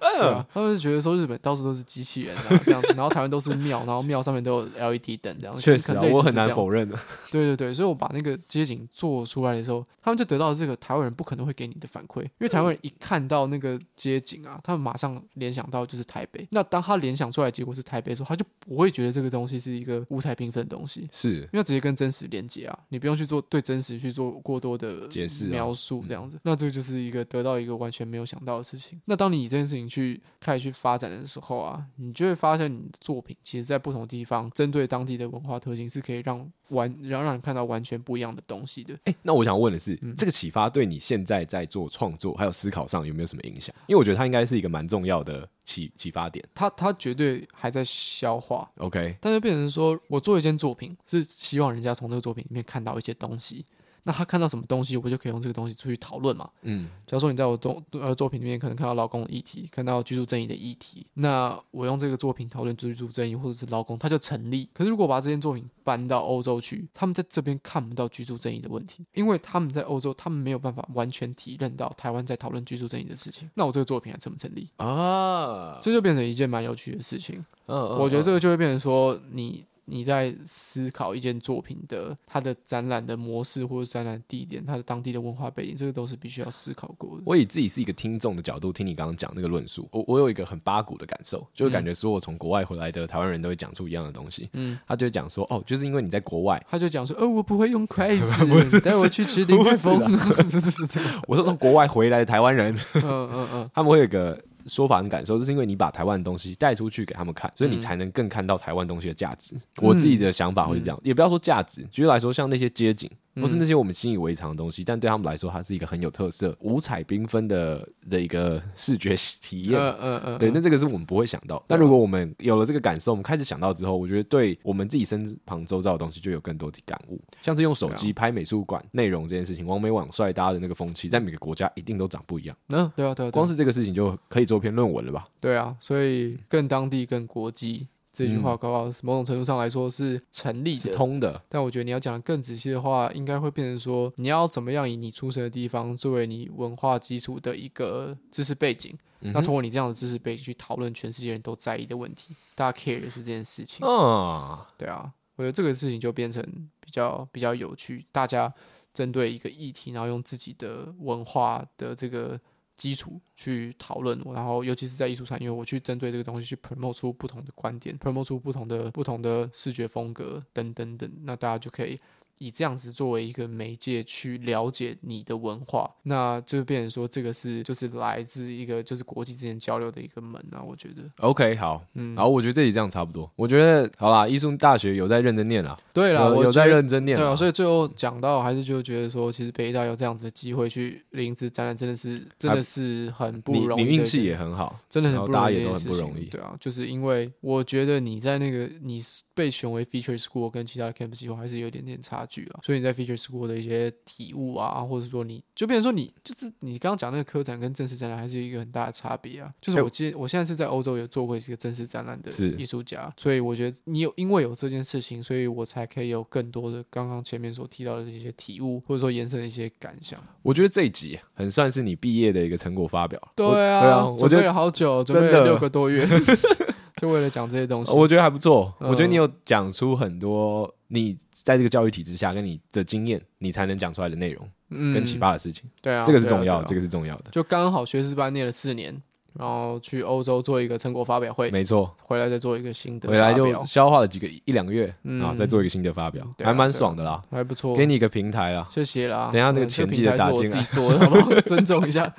Speaker 1: 哎
Speaker 2: 对啊，他们就觉得说日本到处都是机器人啊，这样子，然后台湾都是庙，然后庙上面都有 LED 灯这样，
Speaker 1: 确实啊
Speaker 2: 可能，类似
Speaker 1: 我
Speaker 2: 是
Speaker 1: 很
Speaker 2: 这
Speaker 1: 难
Speaker 2: 样
Speaker 1: 否认的。啊
Speaker 2: 对对对，所以我把那个街景做出来的时候，他们就得到这个台湾人不可能会给你的反馈，因为台湾人一看到那个街景啊，他们马上联想到就是台北。那当他联想出来结果是台北的时候，他就不会觉得这个东西是一个五彩缤纷的东西。
Speaker 1: 是
Speaker 2: 因为它直接跟真实连接啊，你不用去做对真实去做过多的
Speaker 1: 解释啊
Speaker 2: 描述这样子，那这个就是一个得到一个完全没有想到的事情。那当你以这件事情去开始去发展的时候啊，你就会发现你的作品其实在不同地方针对当地的文化特性是可以让完让让你看到完全不一样的东西的。
Speaker 1: 哎、那我想问的是，这个启发对你现在在做创作还有思考上有没有什么影响？因为我觉得它应该是一个蛮重要的启启发点。
Speaker 2: 它它绝对还在消化，
Speaker 1: OK，
Speaker 2: 但就变成说我做一件作品是希望人家从这个作品里面看到一些东西。那他看到什么东西，我就可以用这个东西出去讨论嘛。
Speaker 1: 嗯，
Speaker 2: 假如说你在我作呃作品里面可能看到劳工的议题，看到居住正义的议题，那我用这个作品讨论居住正义或者是劳工，它就成立。可是如果把这件作品搬到欧洲去，他们在这边看不到居住正义的问题，因为他们在欧洲，他们没有办法完全体认到台湾在讨论居住正义的事情。那我这个作品还成不成立？
Speaker 1: 啊，
Speaker 2: 这就变成一件蛮有趣的事情。
Speaker 1: 嗯嗯
Speaker 2: 我觉得
Speaker 1: 嗯
Speaker 2: 这个就会变成说你。你在思考一件作品的它的展览的模式或者展览地点，它的当地的文化背景，这个都是必须要思考过的。
Speaker 1: 我以自己是一个听众的角度听你刚刚讲那个论述，我我有一个很八股的感受，就感觉说我从国外回来的台湾人都会讲出一样的东西。
Speaker 2: 嗯，
Speaker 1: 他就会讲说，哦，就是因为你在国外，
Speaker 2: 他就讲说，哦，我不会用 筷子，带我去吃林
Speaker 1: 不
Speaker 2: 志
Speaker 1: 是
Speaker 2: 峰。 是是是，
Speaker 1: 我是从国外回来的台湾人，
Speaker 2: 嗯嗯嗯，
Speaker 1: 他们会有一个说法跟感受，就是因为你把台湾的东西带出去给他们看，所以你才能更看到台湾东西的价值。我自己的想法会是这样，也不要说价值，举例来说，像那些街景，或是那些我们习以为常的东西，但对他们来说，它是一个很有特色、五彩缤纷的的一个视觉体验。
Speaker 2: 嗯嗯嗯，
Speaker 1: 对，那这个是我们不会想到。但如果我们有了这个感受，我们开始想到之后，我觉得对我们自己身旁周遭的东西就有更多的感悟。像是用手机拍美术馆内容这件事情，网美网帅大家的那个风气，在每个国家一定都长不一样。
Speaker 2: 嗯，对啊对啊，
Speaker 1: 光是这个事情就可以做篇论文了吧？
Speaker 2: 对啊，所以更当地更国际这句话，搞不好某种程度上来说是成立
Speaker 1: 嗯是
Speaker 2: 的。
Speaker 1: 通的，
Speaker 2: 但我觉得你要讲的更仔细的话，应该会变成说，你要怎么样以你出生的地方作为你文化基础的一个知识背景，
Speaker 1: 嗯
Speaker 2: 那通过你这样的知识背景去讨论全世界人都在意的问题，大家 care 的是这件事情。
Speaker 1: 啊，
Speaker 2: 对啊，我觉得这个事情就变成比较比较有趣，大家针对一个议题，然后用自己的文化的这个基础去讨论，然后尤其是在艺术产业，我去针对这个东西去 promote 出不同的观点，promote 出不同的不同的视觉风格等等等，那大家就可以。以这样子作为一个媒介去了解你的文化，那就变成说这个是就是来自一个就是国际之间交流的一个门啊，我觉得，
Speaker 1: OK，好，
Speaker 2: 嗯，
Speaker 1: 然后我觉得这里这样差不多。我觉得好啦，艺术大学有在认真念啦，
Speaker 2: 对了，
Speaker 1: 有
Speaker 2: 我
Speaker 1: 有
Speaker 2: 觉
Speaker 1: 在
Speaker 2: 得
Speaker 1: 认真念
Speaker 2: 对啊，
Speaker 1: 啦，
Speaker 2: 所以最后讲到，还是就觉得说，其实北大有这样子的机会去林芝展览，真的是真
Speaker 1: 还
Speaker 2: 的是很不
Speaker 1: 啊你
Speaker 2: 容易
Speaker 1: 你
Speaker 2: 的一
Speaker 1: 运
Speaker 2: 个
Speaker 1: 气也很好，
Speaker 2: 真的
Speaker 1: 然
Speaker 2: 很
Speaker 1: 后
Speaker 2: 不
Speaker 1: 大
Speaker 2: 容
Speaker 1: 家
Speaker 2: 易的
Speaker 1: 也
Speaker 2: 一
Speaker 1: 都
Speaker 2: 件
Speaker 1: 很
Speaker 2: 事
Speaker 1: 不
Speaker 2: 情
Speaker 1: 容易
Speaker 2: 对啊，就是因为我觉得你在那个你是被选为 feature school 跟其他的 campus 以后还是有一点点差距啊，所以你在 feature school 的一些体悟啊，或者说你就变成说你就是你刚刚讲那个科展跟正式展览还是有一个很大的差别啊，就是
Speaker 1: 哎
Speaker 2: 我今我现在是在欧洲有做过一个正式展览的
Speaker 1: 是
Speaker 2: 艺术家，所以我觉得你有因为有这件事情，所以我才可以有更多的刚刚前面所提到的这些体悟，或者说延伸的一些感想。
Speaker 1: 我觉得这一集很算是你毕业的一个成果发表。
Speaker 2: 对
Speaker 1: 我
Speaker 2: 啊，
Speaker 1: 对啊，我觉
Speaker 2: 准备
Speaker 1: 得
Speaker 2: 了好久，准
Speaker 1: 真
Speaker 2: 备了
Speaker 1: 的
Speaker 2: 六个多月， 就为了讲这些东西。
Speaker 1: 我觉得还不错。
Speaker 2: 嗯
Speaker 1: 我觉得你有讲出很多你在这个教育体制下跟你的经验，你才能讲出来的内容
Speaker 2: 嗯
Speaker 1: 跟启，发的事情，
Speaker 2: 对啊，
Speaker 1: 这个是
Speaker 2: 对啊
Speaker 1: 重要的，
Speaker 2: 对啊
Speaker 1: 这个是重要的。
Speaker 2: 就刚好学士班念了四年，然后去欧洲做一个成果发表会，
Speaker 1: 没错，
Speaker 2: 回来再做一个新的发
Speaker 1: 回来
Speaker 2: 表，
Speaker 1: 就消化了几个一两个月，
Speaker 2: 嗯
Speaker 1: 然后再做一个新的发表，
Speaker 2: 对啊
Speaker 1: 还蛮爽的啦。
Speaker 2: 还不错，
Speaker 1: 给你一个平台啦。
Speaker 2: 谢谢啦。
Speaker 1: 等一下那个
Speaker 2: 嗯这
Speaker 1: 钱
Speaker 2: 平
Speaker 1: 记得
Speaker 2: 台
Speaker 1: 打啊
Speaker 2: 是我
Speaker 1: 进
Speaker 2: 自
Speaker 1: 来
Speaker 2: 己做的， 好不 好？尊重一下。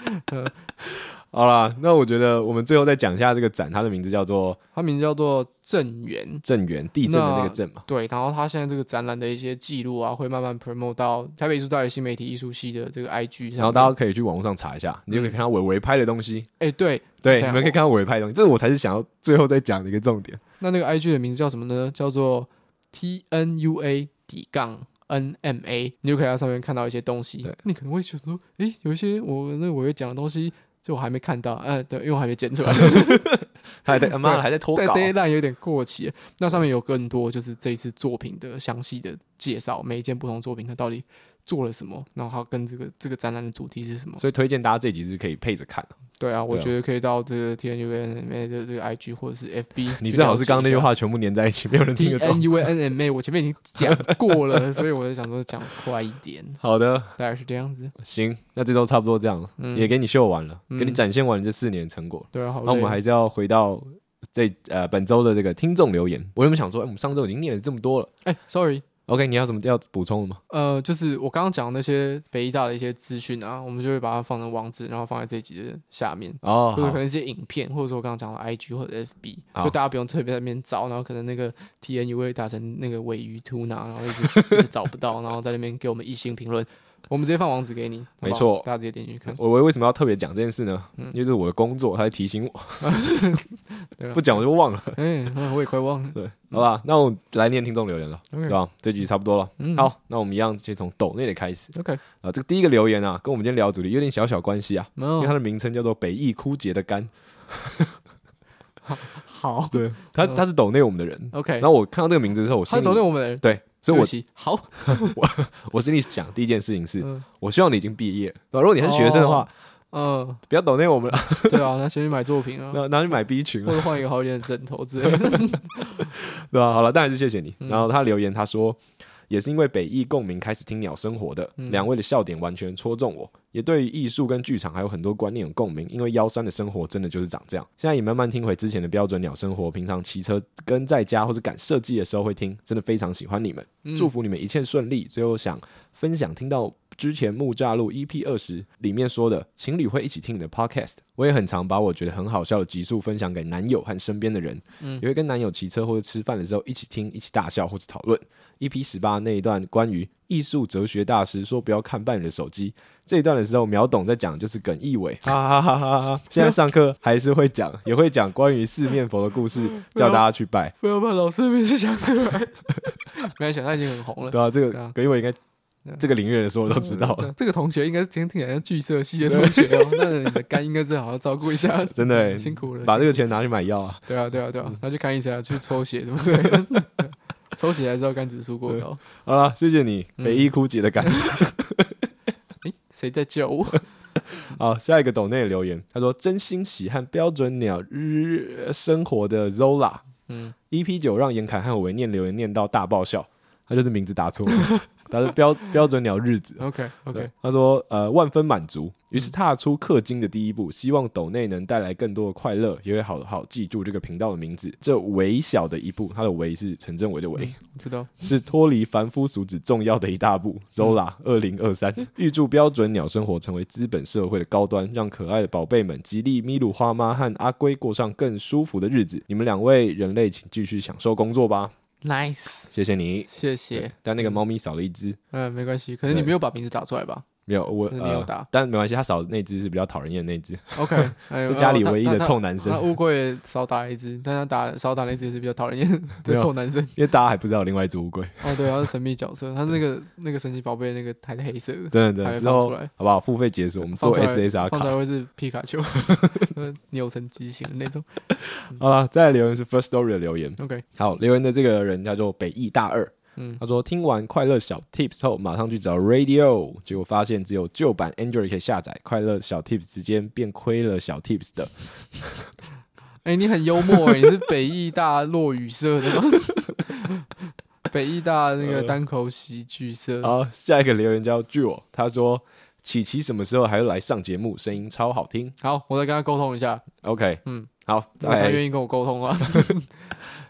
Speaker 1: 好啦，那我觉得我们最后再讲一下这个展，它的名字叫做
Speaker 2: 它名字叫做正源。
Speaker 1: 震源地震的那个震嘛。
Speaker 2: 对，然后他现在这个展览的一些记录啊，会慢慢 promote 到台北艺术大学新媒体艺术系的这个 IG 上面。
Speaker 1: 然后大家可以去网络上查一下，你就可以看到伟伟拍的东西。
Speaker 2: 哎、对，
Speaker 1: 对，
Speaker 2: 嗯对啊
Speaker 1: 你们可以看到伟伟拍的东西，这我才是想要最后再讲的一个重点。
Speaker 2: 那那个 IG 的名字叫什么呢？叫做 T N U A 底杠 N M A，你就可以在上面看到一些东西
Speaker 1: 对。
Speaker 2: 你可能会觉得说，诶、有一些我那我会讲的东西，就我还没看到，呃，对，因为我还没剪 出来，
Speaker 1: 还 在妈的还在拖
Speaker 2: 对
Speaker 1: 稿，
Speaker 2: ，deadline 有点过期了。那上面有更多就是这一次作品的详细的介绍，每一件不同作品它到底做了什么，然后它跟这个这个展览的主题是什么。
Speaker 1: 所以推荐大家这集是可以配着看。
Speaker 2: 对啊，我
Speaker 1: 对啊
Speaker 2: 觉得可以到这个 T N U A N M A 的这个 I G 或者是 F B，
Speaker 1: 你最好是刚刚那句。话全部粘在一起，没有人听
Speaker 2: T
Speaker 1: 得
Speaker 2: N
Speaker 1: 懂。
Speaker 2: U N M A，我前面已经讲过了，所以我就想说讲快一点，
Speaker 1: 好的，
Speaker 2: 大概是这样子。
Speaker 1: 行，那这周差不多这样了，
Speaker 2: 嗯
Speaker 1: 也给你秀完了，
Speaker 2: 嗯
Speaker 1: 给你展现完了这四年的成果。
Speaker 2: 对啊，好累。
Speaker 1: 那我们还是要回到这呃本周的这个听众留言。我原本想说，哎我们上周已经念了这么多了
Speaker 2: 哎、s o r r y
Speaker 1: ，OK，你要什么要补充的吗？
Speaker 2: 呃，就是我刚刚讲的那些北医大的一些资讯啊，我们就会把它放成网址，然后放在这一集的下面。
Speaker 1: 哦，
Speaker 2: 或者可
Speaker 1: 好，
Speaker 2: 能一些影片，或者说我刚刚讲的 IG 或者 FB，
Speaker 1: 好
Speaker 2: 就大家不用特别在那边找，然后可能那个 TNU 会打成那个尾鱼 tuna，然后一直一直找不到，然后在那边给我们一星评论。我们直接放网址给你，好不
Speaker 1: 没
Speaker 2: 好
Speaker 1: 错
Speaker 2: 大家直接点进去看。
Speaker 1: 我我为什么要特别讲这件事呢？因为这是我的工作，他在提醒我
Speaker 2: 嗯 对，啊了
Speaker 1: 不讲我就忘了。
Speaker 2: 哎、我也快忘了。
Speaker 1: 对，好吧，那我来念听众留言了，
Speaker 2: OK
Speaker 1: 对吧？这集差不多了，
Speaker 2: 嗯
Speaker 1: 好，那我们一样先从抖内的开始
Speaker 2: OK，
Speaker 1: 啊。这个第一个留言啊，跟我们今天聊的主题有点小小关系啊，
Speaker 2: 没
Speaker 1: 因为
Speaker 2: 有
Speaker 1: 它的名称叫做“北翼枯竭的肝
Speaker 2: 好”，
Speaker 1: 对，他他是抖内我们的人。
Speaker 2: 哦，OK，
Speaker 1: 然后我看到这个名字之后，我
Speaker 2: 他
Speaker 1: 心
Speaker 2: 是
Speaker 1: 里
Speaker 2: 抖内我们的人，
Speaker 1: 对，所以
Speaker 2: 对
Speaker 1: 我
Speaker 2: 不起好，
Speaker 1: 我心里想第一件事情是，
Speaker 2: 嗯
Speaker 1: 我希望你已经毕业了。如果你还是学生的话，
Speaker 2: 嗯，
Speaker 1: 不要抖内我们了，
Speaker 2: 对啊，那先去买作品啊，
Speaker 1: 拿拿去买 B 群
Speaker 2: 或
Speaker 1: 了，
Speaker 2: 者换一个好一点的枕头之类的。
Speaker 1: 对吧、好了，但还是谢谢你。
Speaker 2: 嗯
Speaker 1: 然后他留言他说。也是因为北艺共鸣开始听鸟生活的，
Speaker 2: 嗯
Speaker 1: 两位的笑点完全戳中我，也对于艺术跟剧场还有很多观念有共鸣。因为幺三的生活真的就是长这样，现在也慢慢听回之前的标准鸟生活，平常骑车跟在家或者赶设计的时候会听，真的非常喜欢你们。
Speaker 2: 嗯
Speaker 1: 祝福你们一切顺利。最后想分享听到之前木栅路 EP 二十里面说的，情侣会一起听你的 Podcast，我也很常把我觉得很好笑的集数分享给男友和身边的人，
Speaker 2: 嗯
Speaker 1: 也会跟男友骑车或者吃饭的时候一起听，一起大笑或是讨论。EP 十八那一段关于艺术哲学大师说不要看伴侣的手机这一段的时候，秒懂在讲就是耿义 伟，哈哈哈哈哈哈！现在上课还是会讲，也会讲关于四面佛的故事，叫大家去拜。
Speaker 2: 嗯不要把老师的名字讲出来， 没关系，他已经很红了。
Speaker 1: 对啊，这
Speaker 2: 对
Speaker 1: 个
Speaker 2: 啊
Speaker 1: 葛一伟应该
Speaker 2: 对啊
Speaker 1: 这个领域的人说的都知道了，
Speaker 2: 嗯这个同学应该是今天听起来像剧社系的同学哦，那你的肝应该是好好照顾一下，
Speaker 1: 真的欸
Speaker 2: 辛苦了。
Speaker 1: 把这个钱拿去买药啊。
Speaker 2: 对啊，对啊，对啊，那去看医生啊，去抽血什么 之类的，抽血才知道肝指数过高。
Speaker 1: 好了，谢谢你，
Speaker 2: 嗯
Speaker 1: 北一枯竭的感觉。
Speaker 2: 诶，谁在叫我？
Speaker 1: 好，下一个抖内留言，他说：“真心喜和标准鸟日生活的 Zola，
Speaker 2: 嗯
Speaker 1: EP 九让严侃和我维念留言念到大爆笑，他就是名字打 错了，他是标标准鸟日子。”
Speaker 2: ，OK
Speaker 1: 对
Speaker 2: OK，，
Speaker 1: 他说：“呃，万分满足，于是踏出氪金的第一步，希望抖内能带来更多的快乐，也会好好记住这个频道的名字。这微小的一步，他的微是陈正伟的微，
Speaker 2: 知道。
Speaker 1: 是脱离凡夫俗子重要的一大步。Zola
Speaker 2: 嗯
Speaker 1: 二零二三，预祝标准鸟生活成为资本社会的高端，让可爱的宝贝们吉利咪鲁花妈和阿龟过上更舒服的日子。你们两位人类，请继续享受工作吧，
Speaker 2: Nice，
Speaker 1: 谢谢你。
Speaker 2: 谢
Speaker 1: 对
Speaker 2: 谢。
Speaker 1: 但那个猫咪少了一只，
Speaker 2: 嗯，没关系，可能你
Speaker 1: 对
Speaker 2: 没有把名字打出来吧
Speaker 1: 没有我
Speaker 2: 可是没有
Speaker 1: 呃
Speaker 2: 打
Speaker 1: 但没关系，它少的那只是比较讨人厌的那只，
Speaker 2: ？OK，哎
Speaker 1: 是家里唯一的臭男
Speaker 2: 男那
Speaker 1: 生，
Speaker 2: 乌龟也少打了一只，但他打少打了一只也是比较讨 人厌
Speaker 1: 没
Speaker 2: 的
Speaker 1: 有
Speaker 2: 臭男生。
Speaker 1: 因为大家还不知道有另外一只乌龟。
Speaker 2: 哦，对啊，他是神秘角色，他那个那个神奇宝贝那个还是黑色的，
Speaker 1: 真的真
Speaker 2: 还
Speaker 1: 的，
Speaker 2: 没
Speaker 1: 之
Speaker 2: 放
Speaker 1: 后
Speaker 2: 出来
Speaker 1: 好不好？付费解锁，我们 做
Speaker 2: 放出来
Speaker 1: SSR
Speaker 2: 放出来
Speaker 1: 卡。
Speaker 2: 会是皮卡丘， 呃扭成畸形的那种。
Speaker 1: 好了，再来留言是 First Story 的留言。
Speaker 2: OK，
Speaker 1: 好，留言的这个人叫做北艺大二，
Speaker 2: 嗯
Speaker 1: 他说听完快乐小 Tips 后，马上去找 Radio，结果发现只有旧版 Android 可以下载，快乐小 Tips 之间变亏了小 Tips 的。
Speaker 2: 哎、你很幽默、欸，你是北艺大落语社的吗？ 北艺大那个单口喜剧社，
Speaker 1: 呃好，下一个留言叫 Jewel，他说琪琪什么时候还要来上节目？声音超好听。
Speaker 2: 好，我再跟他沟通一下，
Speaker 1: OK，
Speaker 2: 嗯，
Speaker 1: 好，再
Speaker 2: 他
Speaker 1: 来
Speaker 2: 愿意跟我沟通 啊。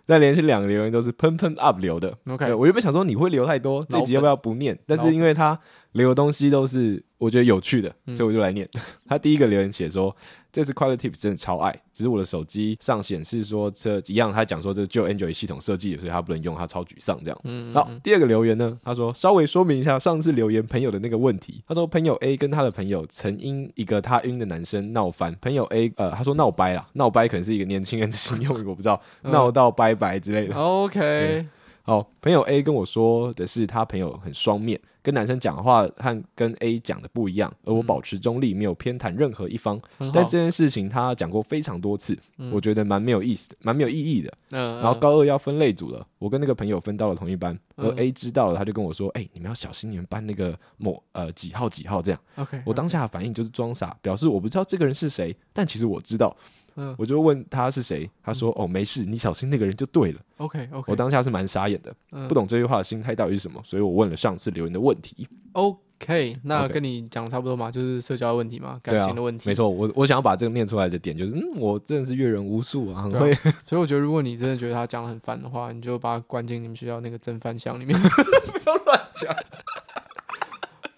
Speaker 1: 再连续两个留言都是喷喷 up 留的。
Speaker 2: OK，
Speaker 1: 对我原本想说你会留太多，这
Speaker 2: 脑
Speaker 1: 集
Speaker 2: 粉
Speaker 1: 要不要不念？但
Speaker 2: 脑
Speaker 1: 是
Speaker 2: 粉
Speaker 1: 因为他留的东西都是我觉得有趣的，
Speaker 2: 嗯
Speaker 1: 所以我就来念。 他第一个留言写说：“这次快乐 Tips 真的超爱，只是我的手机上显示说这一样，他讲说这旧 Android 系统设计的，所以他不能用，他超沮丧这样。”
Speaker 2: 嗯，
Speaker 1: 好，第二个留言呢，他说稍微说明一下上次留言朋友的那个问题。他说朋友 A 跟他的朋友曾因一个他晕的男生闹翻，朋友 A 呃他说闹掰啦，闹掰可能是一个年轻人的形容语，我不知道，
Speaker 2: 嗯
Speaker 1: 闹到拜拜之类的。
Speaker 2: OK，
Speaker 1: 好，朋友 A 跟我说的是，他朋友很双面，跟男生讲话和跟 A 讲的不一样，而我保持中立，没有偏袒任何一方。
Speaker 2: 很
Speaker 1: 嗯
Speaker 2: 嗯好
Speaker 1: 但。这件事情他讲过非常多次，
Speaker 2: 嗯
Speaker 1: 我觉得蛮没有意思的，蛮没有意义的。
Speaker 2: 嗯，
Speaker 1: 然后高二要分类组了，我跟那个朋友分到了同一班，而
Speaker 2: 嗯
Speaker 1: A 知道了，他就跟我说：“哎、你们要小心你们班那个某呃几号几号这样。”
Speaker 2: OK，嗯
Speaker 1: 我当下的反应就是装傻，表示我不知道这个人是谁，但其实我知道，
Speaker 2: 嗯
Speaker 1: 我就问他是谁，他说：“哦，没事，你小心那个人就对了。”
Speaker 2: OK OK，嗯
Speaker 1: 我当下是蛮傻眼的。不
Speaker 2: 懂。
Speaker 1: 懂这句话的心态到底是什么，所以我问了上次留言的问题。
Speaker 2: OK，那
Speaker 1: OK
Speaker 2: 跟你讲差不多嘛，就是社交的问题嘛，
Speaker 1: 对啊
Speaker 2: 感情的问题。
Speaker 1: 没错，我我想要把这个念出来的点就是，嗯，我真的是阅人无数啊，很
Speaker 2: 对啊
Speaker 1: 会。
Speaker 2: 所以我觉得，如果你真的觉得他讲的很烦的话，你就把他关进你们学校那个蒸饭箱里面。 不要乱 讲。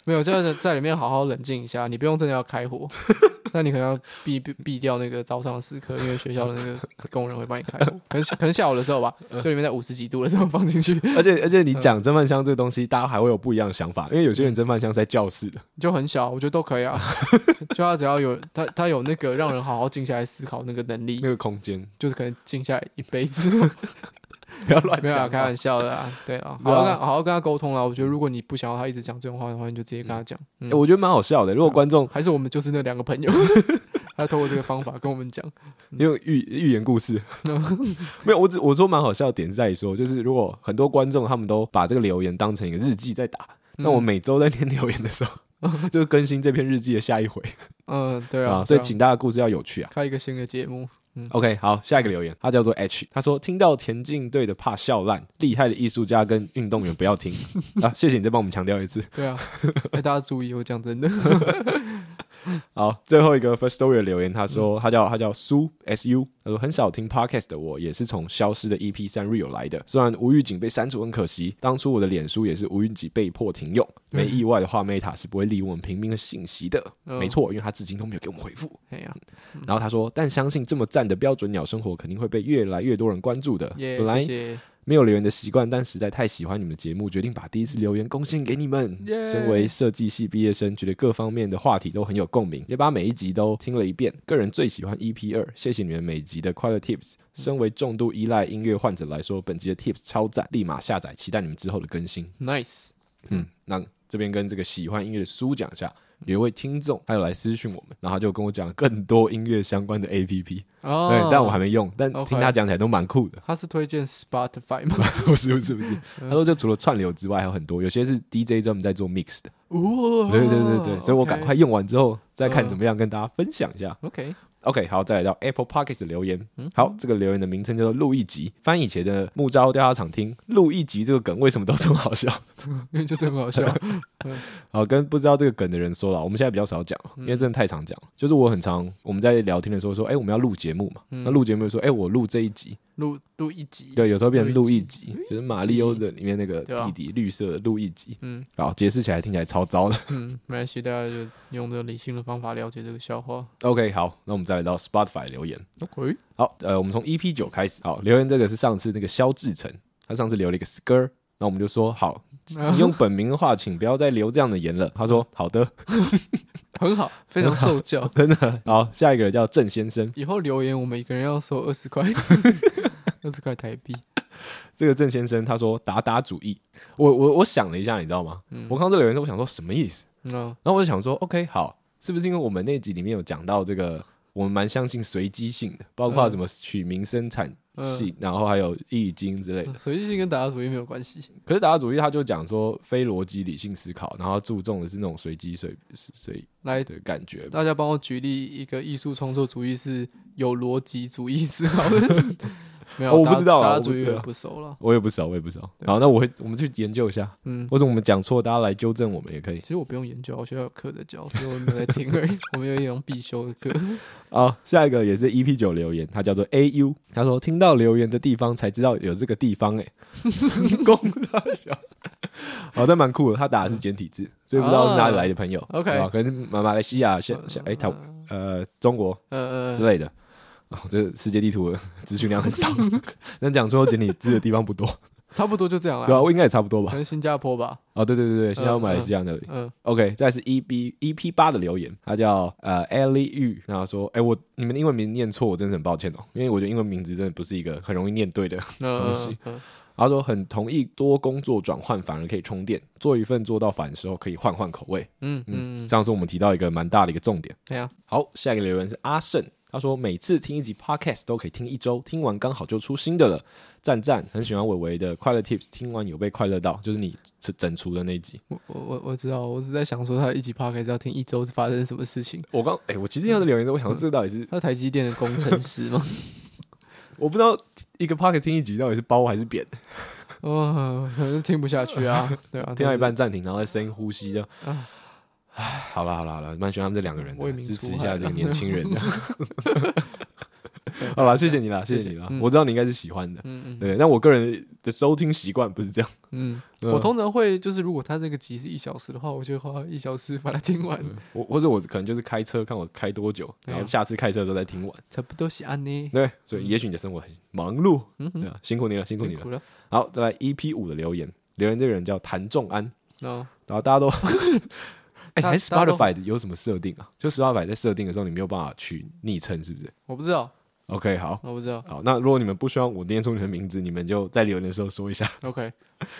Speaker 2: 没有，就是在里面好好冷静一下，你不用真的要开火。那你可能要避避避掉那个早上的时刻，因为学校的那个工人会帮 你开火，可能可能下午的时候吧，
Speaker 1: 嗯
Speaker 2: 就里面在五十几度的时候放进去，
Speaker 1: 而且而且
Speaker 2: 嗯
Speaker 1: 你讲蒸饭箱这个东西，大家还会有不一样的想法，因为有些人蒸饭箱是在教室的，
Speaker 2: 就很小，我觉得都可 以啊。就他只要有他他有那个让人好好静下来思考那个能力
Speaker 1: 那，个空间
Speaker 2: 就是可能静下来一 辈子。
Speaker 1: 不要乱
Speaker 2: 没有啊，
Speaker 1: 讲
Speaker 2: 开
Speaker 1: 话。
Speaker 2: 玩笑的啊，对啊，好
Speaker 1: 对啊
Speaker 2: 好跟他好好跟他沟通啦。我觉得如果你不想要他一直讲这种话的话，你就直接跟他讲。嗯
Speaker 1: 欸我觉得蛮好笑的。如果观众
Speaker 2: 还是我们就是那两 个朋友，他透过这个方法跟我们讲，
Speaker 1: 因为寓寓言故 事，没有，我只我说蛮好笑的点是在于说，就是如果很多观众他们都把这个留言当成一个日记在打，那
Speaker 2: 嗯
Speaker 1: 我每周在念 留言的时 候。就更新这篇日记的下一回
Speaker 2: 嗯，对啊，
Speaker 1: 所以
Speaker 2: 对啊
Speaker 1: 请大家故事要有趣啊。
Speaker 2: 开一个新的节目，
Speaker 1: OK，好，下一个留言，他叫做 H，他说听到田径队的怕笑烂，厉害的艺术家跟运动员不 要听啊！谢谢你再帮我们强调一次。
Speaker 2: 对啊，哎，大家注意，我讲真的，
Speaker 1: 好，最后一个 First Story 的留言，他
Speaker 2: 嗯
Speaker 1: 说、他叫他叫苏 S U，他说很少听 Podcast 的我，也是从消失的 E EP 三 Real 来的。虽然吴玉景被删除很可惜，当初我的脸书也是吴玉景被迫停用。没意外的话，Meta 是不会理我们平民的信息的。
Speaker 2: 嗯
Speaker 1: 没错，因为他至今都没有给我们回复。
Speaker 2: 哎呀，
Speaker 1: 然后他说，但相信这么赞的标准鸟生活肯定会被越来越多人关注的。
Speaker 2: 耶，
Speaker 1: 本来
Speaker 2: 谢谢，
Speaker 1: 没有留言的习惯，但实在太喜欢你们的节目，决定把第一次留言贡献给你们。
Speaker 2: 耶
Speaker 1: 身为设计系毕业生，觉得各方面的话题都很有共鸣，也把每一集都听了一遍。个人最喜欢 EP 二，谢谢你们每集的快乐 Tips。身为重度依赖音乐患者来说，本集的 Tips 超赞，立马下载，期待你们之后的更新。
Speaker 2: ，nice，
Speaker 1: 嗯，那这边跟这个喜欢音乐的书讲一下。有一位听众，他有来私讯我们，然后他就跟我讲了更多音乐相关的 A P P，、
Speaker 2: 哦，
Speaker 1: 对，哎但我还没用，但
Speaker 2: OK
Speaker 1: 听他讲起来都蛮酷的。
Speaker 2: 他是推荐 Spotify 吗？
Speaker 1: 不是不是不是，他
Speaker 2: 嗯
Speaker 1: 说就除了串流之外，还有很多，有些是 DJ 专门在做 mix 的。
Speaker 2: 哦，
Speaker 1: 对对对对，所以我赶快用完之后再看
Speaker 2: 嗯
Speaker 1: 怎么样跟大家分享一下。
Speaker 2: ，OK，
Speaker 1: OK，好，再来到 Apple Podcast 的留言。
Speaker 2: 嗯
Speaker 1: 好，这个留言的名称叫做“录一集”，翻译以前的木栅调查厂听“录一集”这个梗为什么都这么好笑？
Speaker 2: 因为就真的很好笑，
Speaker 1: 好，跟不知道这个梗的人说了，我们现在比较少讲，
Speaker 2: 嗯
Speaker 1: 因为真的太常讲了。就是我很常我们在聊天的时候说，哎、我们要录节目嘛，
Speaker 2: 嗯
Speaker 1: 那录节目就说，哎、我录这一集，
Speaker 2: 录录一集，
Speaker 1: 对，有时候变成
Speaker 2: 录
Speaker 1: 录
Speaker 2: 一
Speaker 1: 一集，就是马里欧的里面那个
Speaker 2: 对啊
Speaker 1: 弟弟绿色的录一集，
Speaker 2: 嗯
Speaker 1: 然后解释起来听起来超糟的。
Speaker 2: 嗯，没关系，大家就用这个理性的方法了解这个笑话
Speaker 1: OK，好，那我们再来到 Spotify 留言。
Speaker 2: ，OK，
Speaker 1: 好，呃，我们从 EP 九开始。好，留言这个是上次那个肖志成，他上次留了一个 skr，那我们就说好，
Speaker 2: 嗯
Speaker 1: 你用本名的话，请不要再留这样的言了。他说好的，
Speaker 2: 很好，非常受 教。
Speaker 1: 真的。好，下一个人叫郑先生，
Speaker 2: 以后留言我们一个人要收二 十块，二十块台币。
Speaker 1: 这个郑先生他说达达主义。我我我想了一下，你知道吗？我看到这个留言的时候，我想说什么意思？
Speaker 2: 嗯，
Speaker 1: 然后我就想说，OK，好，是不是因为我们那集里面有讲到这个，我们蛮相信随机性的，包括
Speaker 2: 嗯
Speaker 1: 什么取名生产
Speaker 2: 嗯
Speaker 1: 系，然后还有易经之类的。
Speaker 2: 随机性跟打家主义没有关系。
Speaker 1: 可是打家主义他就讲说非逻辑理性思考，然后注重的是那种随机随随
Speaker 2: 来，
Speaker 1: 的感觉。
Speaker 2: 大家帮我举例一个艺术创作主义是有逻辑主义思考的。 没有，
Speaker 1: 哦我
Speaker 2: 打
Speaker 1: 不知道啊
Speaker 2: 打家
Speaker 1: 我不
Speaker 2: 主义
Speaker 1: 知
Speaker 2: 我
Speaker 1: 道
Speaker 2: 不熟了。
Speaker 1: 我也不熟，我也不熟。好，那我会我们去研究一下，
Speaker 2: 嗯，
Speaker 1: 或者我们讲错，大家来纠正我们也可以。
Speaker 2: 其实我不用研究，我学校有课在教，所以我没有在听而已。 我们有一种必修的课。
Speaker 1: 好，下一个也是 EP 九留言，他叫做 AU，他说听到留言的地方才知道有这个地方、欸，哎，公大小。好，但蛮酷的，他打的是简体字，所以不知道是哪里来的朋友。
Speaker 2: 啊，OK
Speaker 1: 好可能是马马来西亚、像像哎，他呃中国
Speaker 2: 呃
Speaker 1: 之
Speaker 2: 呃，
Speaker 1: 类的。哦，这世界地图的 资讯量很少，能讲说简体字的地方不多，
Speaker 2: 差不多就这样
Speaker 1: 对吧、
Speaker 2: 了。
Speaker 1: 我应该也差不多
Speaker 2: 可
Speaker 1: 吧。
Speaker 2: 能新加坡吧。
Speaker 1: 哦，对对对对，新加坡、马来西亚那里。
Speaker 2: 嗯，
Speaker 1: OK，再是 E B E P 八的留言，他叫呃 Ellie Yu，然后说，哎、我你们的英文名念错，我真的很抱歉哦，因为我觉得英文名字真的不是一个很容易念对的
Speaker 2: 那
Speaker 1: 东西
Speaker 2: 嗯
Speaker 1: 他说很同意多工作转换反而可以充电，做一份做到烦的时候可以换换口味。
Speaker 2: 嗯嗯，
Speaker 1: 上次我们提到一个蛮大的一个重点。
Speaker 2: 对呀，
Speaker 1: 好，下一个留言是阿胜，他说每次听一集 podcast 都可以听一周，听完刚好就出新的了，赞赞，很喜欢伟伟的快乐 tips，听完有被快乐到，就是你整整除的那一集。
Speaker 2: 我我我我知道，我是在想说他一集 p o d 要听一周是发生什么事情。
Speaker 1: 我刚哎、我今天要留言的时候，我想说这到底是
Speaker 2: 他是台积电的工程师 吗？
Speaker 1: 我不知道一个 podcast 听一集到底是包还是 扁，
Speaker 2: 哦，可能听不下 去啊，对啊，
Speaker 1: 听到一
Speaker 2: 但
Speaker 1: 半暂停，然后再深呼吸这样。
Speaker 2: 啊
Speaker 1: 唉好了好了好了，蛮喜欢他们这两个人
Speaker 2: 为
Speaker 1: 的，
Speaker 2: 民
Speaker 1: 支持
Speaker 2: 除
Speaker 1: 一
Speaker 2: 害啊
Speaker 1: 下这个
Speaker 2: 了
Speaker 1: 年轻人的。 好了，谢谢你啦，谢
Speaker 2: 谢
Speaker 1: 谢
Speaker 2: 谢
Speaker 1: 你啦，
Speaker 2: 嗯
Speaker 1: 我知道你应该是喜欢的
Speaker 2: 是，，嗯嗯，
Speaker 1: 对，但我个人的收听习惯不是这样。
Speaker 2: 嗯，
Speaker 1: 嗯
Speaker 2: 我通常会就是如果他那个集是一小时的话，我就花一小时把它听完，
Speaker 1: 我或者我可能就是开车，看我开多久，然后
Speaker 2: 对啊嗯
Speaker 1: 下次开车的时候再听完。
Speaker 2: 差不多是安呢。
Speaker 1: 对，所以也许你的生活很忙碌，
Speaker 2: 嗯
Speaker 1: 对
Speaker 2: 哼，
Speaker 1: 啊，辛苦你了，辛苦你
Speaker 2: 辛
Speaker 1: 了
Speaker 2: 苦。了。
Speaker 1: 好，再来 EP 五的留言，留言这个人叫谭仲安，
Speaker 2: 那
Speaker 1: 然后大家都， 哎、
Speaker 2: 大
Speaker 1: 还
Speaker 2: 大家都
Speaker 1: Spotify 有什么设定啊？就 Spotify 在设定的时候，你没有办法取昵称，是不是
Speaker 2: 我不知道，
Speaker 1: ？OK，好。
Speaker 2: 我不知道。
Speaker 1: 好，那如果你们不希望我念出你的名字，你们就在留言的时候说一下
Speaker 2: OK，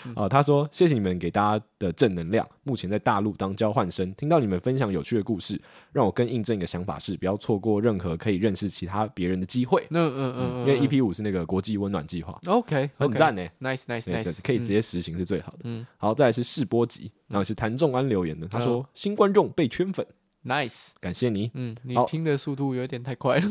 Speaker 2: 嗯
Speaker 1: 啊。他说：“谢谢你们给大家的正能量。目前在大陆当交换生，听到你们分享有趣的故事，让我更印证一个想法是：不要错过任何可以认识其他别人的机会。
Speaker 2: 那嗯嗯嗯，
Speaker 1: 因为 EP 五是那个国际温暖计划，
Speaker 2: OK
Speaker 1: 很赞欸呢、
Speaker 2: ，nice nice
Speaker 1: 对
Speaker 2: nice，
Speaker 1: 可以直接实行是最好的。
Speaker 2: 嗯嗯
Speaker 1: 好，再来是试播集，然后是谭仲安留言的，他说、
Speaker 2: 嗯
Speaker 1: 新观众被圈粉，
Speaker 2: nice。
Speaker 1: 感谢你
Speaker 2: 嗯，你
Speaker 1: 好
Speaker 2: 听的速度有点太快了。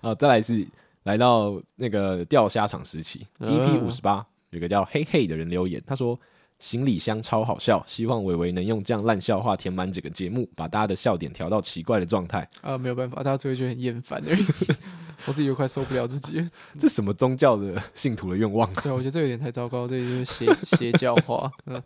Speaker 1: 啊！再来是来到那个钓虾场时期
Speaker 2: 嗯
Speaker 1: ，EP 五十八有个叫嘿嘿的人留言，他说行李箱超好笑，希望伟伟能用这样烂笑话填满整个节目，把大家的笑点调到奇怪的状态。
Speaker 2: 啊，没有办法，大家只会觉得很厌烦而已。 我自己又快受不了自己了，
Speaker 1: 这什么宗教的 信徒的愿望啊？
Speaker 2: 对啊，我觉得这有点太糟糕，这就是邪邪教化。嗯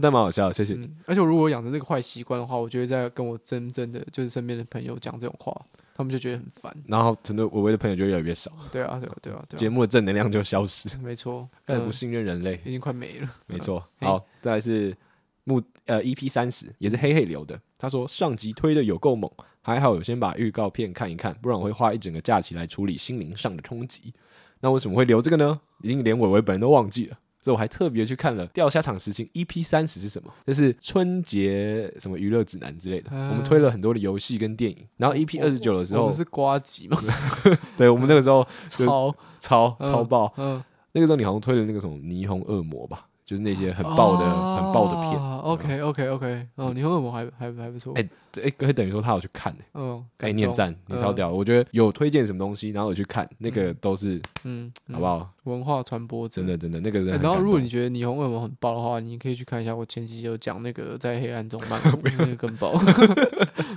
Speaker 1: 但蛮好笑的，谢谢你。
Speaker 2: 嗯，而且我如果养成这个坏习惯的话，我就会在跟我真正的就是身边的朋友讲这种话，他们就觉得很烦。
Speaker 1: 然后真的伟伟的朋友就越来越少，
Speaker 2: 对啊，对啊，对啊，对
Speaker 1: 节
Speaker 2: 啊，
Speaker 1: 目的正能量就消失，
Speaker 2: 没错，
Speaker 1: 但
Speaker 2: 嗯
Speaker 1: 不信任人类。
Speaker 2: 已经快没了。
Speaker 1: 没错。
Speaker 2: 嗯嘿
Speaker 1: 好，再来是木呃 EP 三十，也是黑黑留的。他说上集推的有够猛，还好有先把预告片看一看，不然我会花一整个假期来处理心灵上的冲击。那为什么会留这个呢？已经连伟伟本人都忘记了。所以我还特别去看了《钓虾场实情》EP 三十是什么？这是春节什么娱乐指南之类的。
Speaker 2: 嗯
Speaker 1: 我们推了很多的游戏跟电影，然后 EP 二十九的时
Speaker 2: 哦我
Speaker 1: 候
Speaker 2: 们，是瓜吉嘛，
Speaker 1: 对我们那个时候就
Speaker 2: 超
Speaker 1: 超
Speaker 2: 嗯
Speaker 1: 超爆。
Speaker 2: 嗯
Speaker 1: 那个时候你好像推了那个什么《霓虹恶魔》吧，就是那些很爆的、
Speaker 2: 哦
Speaker 1: 很爆的片。啊
Speaker 2: OK OK OK，哦，啊你后面还还还不错
Speaker 1: 哎。哎、欸，可以等于说他有去看、欸，
Speaker 2: 嗯，
Speaker 1: 哎、
Speaker 2: 感
Speaker 1: 念
Speaker 2: 动
Speaker 1: 赞，你超
Speaker 2: 嗯
Speaker 1: 屌！我觉得有推荐什么东西，然后有去看，那个都是、
Speaker 2: 嗯，嗯
Speaker 1: 好不？好？
Speaker 2: 文化传播者
Speaker 1: 真的真的，那个人
Speaker 2: 欸
Speaker 1: 很感
Speaker 2: 然
Speaker 1: 动、
Speaker 2: 后，如果你觉得霓虹恶魔很爆的话，你可以去看一下我前期有讲那个在黑暗中 漫舞那个更爆，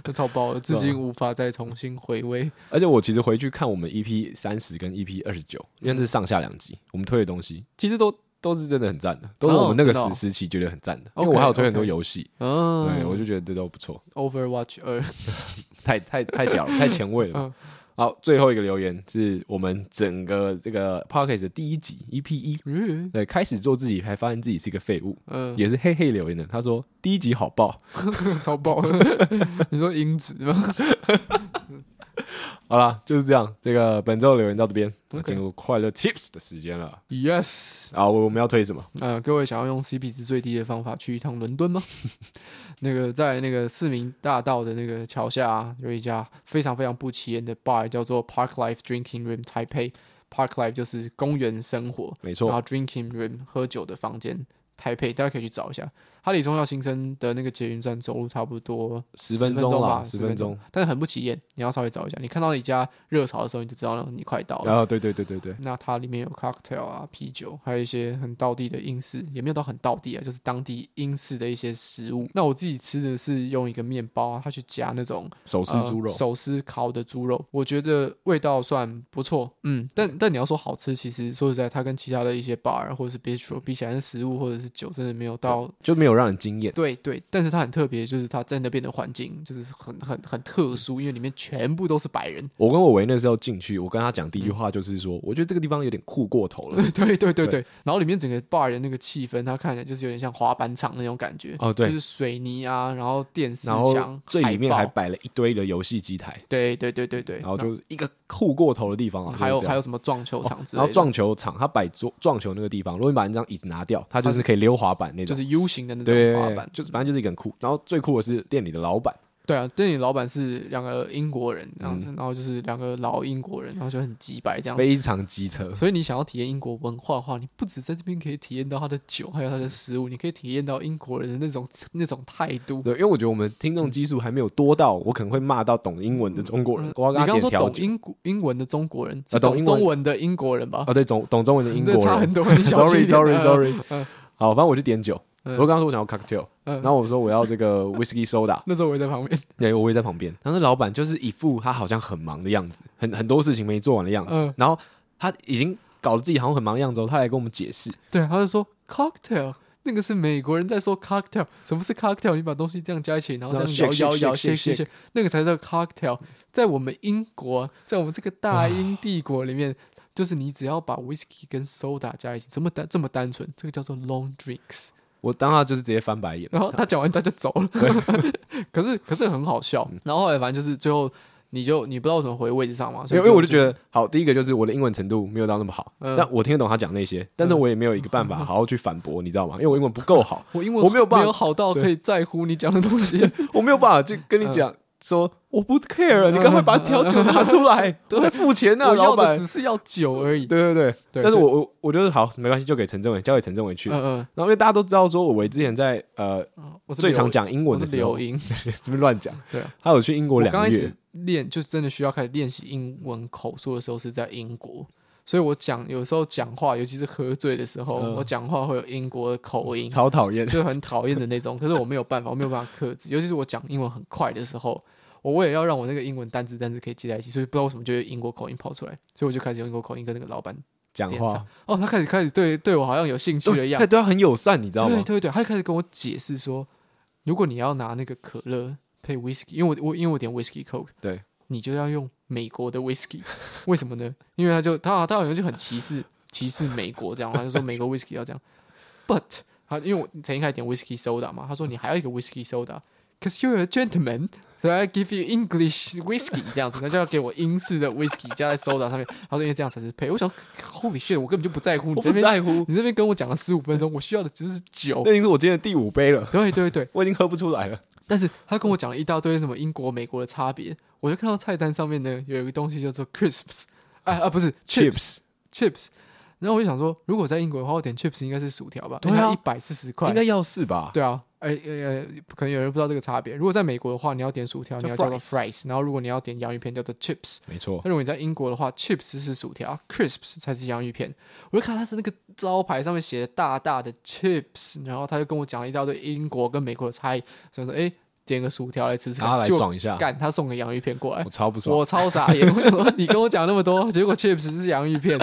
Speaker 2: 那超爆了，至今无法再重新回味。
Speaker 1: 而且我其实回去看我们 EP 三十跟 EP 二十九，因
Speaker 2: 嗯
Speaker 1: 为这是上下两集，我们推的东西其实都都是真的很赞的，都是我们那个
Speaker 2: 真的哦
Speaker 1: 时时期觉得很赞的。因
Speaker 2: OK，
Speaker 1: 为我还有推很多
Speaker 2: OK
Speaker 1: 游戏，对我
Speaker 2: 嗯
Speaker 1: 就觉得这都不错，
Speaker 2: ，Overwatch 二，
Speaker 1: 太太太屌了，太前卫了。
Speaker 2: 嗯
Speaker 1: 好，最后一个留言是我们整个这个 Podcast 的第一集 EP 一，
Speaker 2: 嗯
Speaker 1: 对，开始做自己，还发现自己是一个废物。
Speaker 2: 嗯，
Speaker 1: 也是嘿嘿留言的，他说第一集好爆，
Speaker 2: 超爆了。 你说音质吗？
Speaker 1: 好啦，就是这样，这个本周的留言到这边，那
Speaker 2: OK
Speaker 1: 进入快乐 Tips 的时间了
Speaker 2: Yes，
Speaker 1: 啊，我我们要推什么？
Speaker 2: 呃，各位想要用 CP 值最低的方法去一趟伦敦吗？ 那个在那个市民大道的那个桥下啊、有一家非常非常不起眼的 bar，叫做 Park Life Drinking Room Taipei。Park Life 就是公园生活，
Speaker 1: 没
Speaker 2: 然后
Speaker 1: 错，
Speaker 2: drinking room 喝酒的房间，台北大家可以去找一下。它离中校新生的那个捷运站走路差不多
Speaker 1: 十
Speaker 2: 分
Speaker 1: 分钟啦，
Speaker 2: 吧，
Speaker 1: 十
Speaker 2: 十
Speaker 1: 分钟。，
Speaker 2: 但是很不起眼，你要稍微找一下。你看到一家热潮的时候，你就知道你快到了。
Speaker 1: 然后啊对对对对对，
Speaker 2: 那它里面有 cocktail 啊、啤酒，还有一些很道地的英式，也没有到很道地啊，就是当地英式的一些食物。那我自己吃的是用一个面包啊，它去夹那种
Speaker 1: 手撕猪肉
Speaker 2: 呃，手撕烤的猪肉，我觉得味道算不错，嗯，但但你要说好吃，其实说实在，它跟其他的一些 bar 或者是 bistro 比起来，是食物或者是酒真的没有到，
Speaker 1: 就没有让人惊艳。
Speaker 2: 对对，但是它很特别，就是它在那边的环境就是很很很
Speaker 1: 嗯
Speaker 2: 特殊，因为里面全部都是白人，
Speaker 1: 我跟我维那时候进去，我跟他讲第
Speaker 2: 嗯
Speaker 1: 一句话就是说，我觉得这个地方有点酷过头 了。
Speaker 2: 对对对
Speaker 1: 对
Speaker 2: 对，然后里面整个 bar 的那个气氛，它看起来就是有点像滑板场那种感觉，
Speaker 1: 哦对
Speaker 2: 就是水泥啊，然后电视
Speaker 1: 然后
Speaker 2: 墙，
Speaker 1: 最里面还
Speaker 2: 海报，
Speaker 1: 摆了一堆的游戏机台，
Speaker 2: 对对对对对，
Speaker 1: 然后就是一个酷过头的地方啊，
Speaker 2: 还有
Speaker 1: 就是这样哦
Speaker 2: 还有什么撞球场之类
Speaker 1: 然
Speaker 2: 的，
Speaker 1: 后撞球场，他摆桌撞球那个地方，如果你把那张椅子拿掉，他就是可以溜滑板那种
Speaker 2: 就。是 U 型的那
Speaker 1: 对
Speaker 2: 种滑板，
Speaker 1: 就是反正就是一个很酷。然后最酷的是店里的老板，
Speaker 2: 对啊，店里老板是两个英国人这样子，然后就是两个老英国人，然后就很鸡白这样
Speaker 1: 嗯
Speaker 2: 子。
Speaker 1: 非常机车，
Speaker 2: 所以你想要体验英国文化的话，你不止在这边可以体验到他的酒，还有他的食物，你可以体验到英国人的那种那种态度。
Speaker 1: 对，因为我觉得我们
Speaker 2: 嗯
Speaker 1: 听众基数还没有多到，我可能会骂到懂英文的中国人，我要
Speaker 2: 嗯你
Speaker 1: 跟他
Speaker 2: 刚刚
Speaker 1: 点
Speaker 2: 说
Speaker 1: 调
Speaker 2: 懂
Speaker 1: 酒
Speaker 2: 英国英文的中国人，
Speaker 1: 啊
Speaker 2: 是
Speaker 1: 懂英
Speaker 2: 懂
Speaker 1: 文
Speaker 2: 中文的英国人吧？
Speaker 1: 啊，对，懂懂中文 的英国
Speaker 2: 那差很
Speaker 1: 人
Speaker 2: 多，你小心一
Speaker 1: ，sorry sorry
Speaker 2: 点嗯
Speaker 1: sorry，
Speaker 2: 嗯
Speaker 1: 好，反正我就点酒，
Speaker 2: 嗯
Speaker 1: 我刚刚说我想要 cocktail，
Speaker 2: 嗯
Speaker 1: 然后我说我要这个 whiskey soda，
Speaker 2: 那时候我也在旁边，
Speaker 1: 对，我也在旁边，然后那老板就是一副他好像很忙的样子，很很多事情没做完的样子，
Speaker 2: 嗯
Speaker 1: 然后他已经搞得自己好像很忙的样子哦，他来跟我们解释，
Speaker 2: 对，他就说 cocktail，那个是美国人在说 cocktail，什么是 cocktail？你把东西这样加一起，然后
Speaker 1: 然
Speaker 2: 这
Speaker 1: 后
Speaker 2: 样
Speaker 1: shake,
Speaker 2: 摇摇
Speaker 1: shake,
Speaker 2: 摇
Speaker 1: shake,
Speaker 2: shake
Speaker 1: shake,
Speaker 2: shake，那个才叫 cocktail。在我们英国，在我们这个大英帝国里面，就是你只要把 whisky 跟 soda 加一起，这么单这么单纯，这个叫做 long drinks。
Speaker 1: 我当下就是直接翻白眼。
Speaker 2: 然后他讲完他就走 了， 可是可是很好笑。
Speaker 1: 嗯
Speaker 2: 然后后来反正就是最后你就你不知道怎么回位置上嘛，所
Speaker 1: 因
Speaker 2: 以
Speaker 1: 为因为我就觉
Speaker 2: 是
Speaker 1: 得，好，第一个就是我的英文程度没有到那么好，
Speaker 2: 嗯
Speaker 1: 但我听得懂他讲那些，但是我也没有一个办法好好去反驳，你知道吗？因为我英文不够好，
Speaker 2: 我英文
Speaker 1: 我没有办法
Speaker 2: 好到
Speaker 1: 对
Speaker 2: 可以在乎你讲的东西，
Speaker 1: 我没有办法去跟你讲说我不 care，你赶快把调酒拿出 来，嗯
Speaker 2: 对
Speaker 1: 我在付钱呢，
Speaker 2: 我要
Speaker 1: 老
Speaker 2: 的
Speaker 1: 板。
Speaker 2: 只是要酒而已。
Speaker 1: 对对对，
Speaker 2: 对
Speaker 1: 但是
Speaker 2: 所以
Speaker 1: 我我我觉得好，没关系，就给陈政委，交给陈政委去。
Speaker 2: 嗯嗯
Speaker 1: 然后因为大家都知道，说我为之前在呃
Speaker 2: 嗯，我是
Speaker 1: 最
Speaker 2: 留
Speaker 1: 常讲英文
Speaker 2: 我
Speaker 1: 的
Speaker 2: 是
Speaker 1: 时候
Speaker 2: 留，英，
Speaker 1: 这边乱讲，
Speaker 2: 对啊，
Speaker 1: 他有去英国
Speaker 2: 我
Speaker 1: 两
Speaker 2: 刚
Speaker 1: 个
Speaker 2: 开
Speaker 1: 月
Speaker 2: 始，练就是真的需要开始练习英文口说的时候是在英国。所以我讲有时候讲话，尤其是喝醉的时候，
Speaker 1: 嗯
Speaker 2: 我讲话会有英国的口音，
Speaker 1: 超讨厌。
Speaker 2: 就很讨厌的那种。可是我没有办法，我没有办法克制，尤其是我讲英文很快的时候，我为了要让我那个英文单字单字可以接在一起，所以不知道为什么就有英国口音跑出来，所以我就开始用英国口音跟那个老板
Speaker 1: 讲
Speaker 2: 点
Speaker 1: 话
Speaker 2: 餐。哦，他开始开始对对我好像有兴趣的
Speaker 1: 对，
Speaker 2: 样
Speaker 1: 他
Speaker 2: 子，
Speaker 1: 对他很友善，你知道
Speaker 2: 对
Speaker 1: 吗？
Speaker 2: 对对，他就开始跟我解释说，如果你要拿那个可乐配 whisky，因为我我因为我点 whisky coke，
Speaker 1: 对，
Speaker 2: 你就要用美国的 whisky，为什么呢？因为他就他他好像就很歧视歧视美国这样，他就说美国 whisky 要这样，but 他因为我曾经开始点 whisky soda 嘛，他说你还要一个 whisky soda，cause you're a gentleman。所以 I give you English whiskey 这样子，他就要给我英式的 whiskey 加在 soda 上面。他说因为这样才是配。我想，Holy shit！我根本就不在乎你
Speaker 1: 我
Speaker 2: 这
Speaker 1: 不
Speaker 2: 边
Speaker 1: 在乎，
Speaker 2: 你这边跟我讲了十五分钟，我需要的只是酒。
Speaker 1: 那已经是我今天的第五杯了，
Speaker 2: 对对对，
Speaker 1: 我已经喝不出来了。
Speaker 2: 但是他跟我讲了一大堆什么英国、美国的差别，我就看到菜单上面呢有一个东西叫做 crisps，啊啊不是 chips chips，然后我就想说，如果在英国的话，我点 chips 应该是薯条吧？
Speaker 1: 对啊
Speaker 2: 一百四十块
Speaker 1: 应，该要是吧？
Speaker 2: 对啊，哎呃呃，可能有人不知道这个差别。如果在美国的话，你要点薯条，
Speaker 1: 叫
Speaker 2: 你要叫做
Speaker 1: fries
Speaker 2: fries，然后如果你要点洋芋片叫做 chips，
Speaker 1: 没错
Speaker 2: 那，如果你在英国的话，chips 是薯条，crisps 才是洋芋片。我就看他的那个招牌上面写的大大的 chips，然后他就跟我讲了一大堆英国跟美国的差异，所以说哎、诶点个薯条来吃吃
Speaker 1: 大家
Speaker 2: 看，
Speaker 1: 啊来
Speaker 2: 就
Speaker 1: 爽一下，
Speaker 2: 干他送个洋芋片过来
Speaker 1: 我，超不爽。
Speaker 2: 我超 傻眼，我想说你跟我讲那么多，结果 chips 是洋芋片，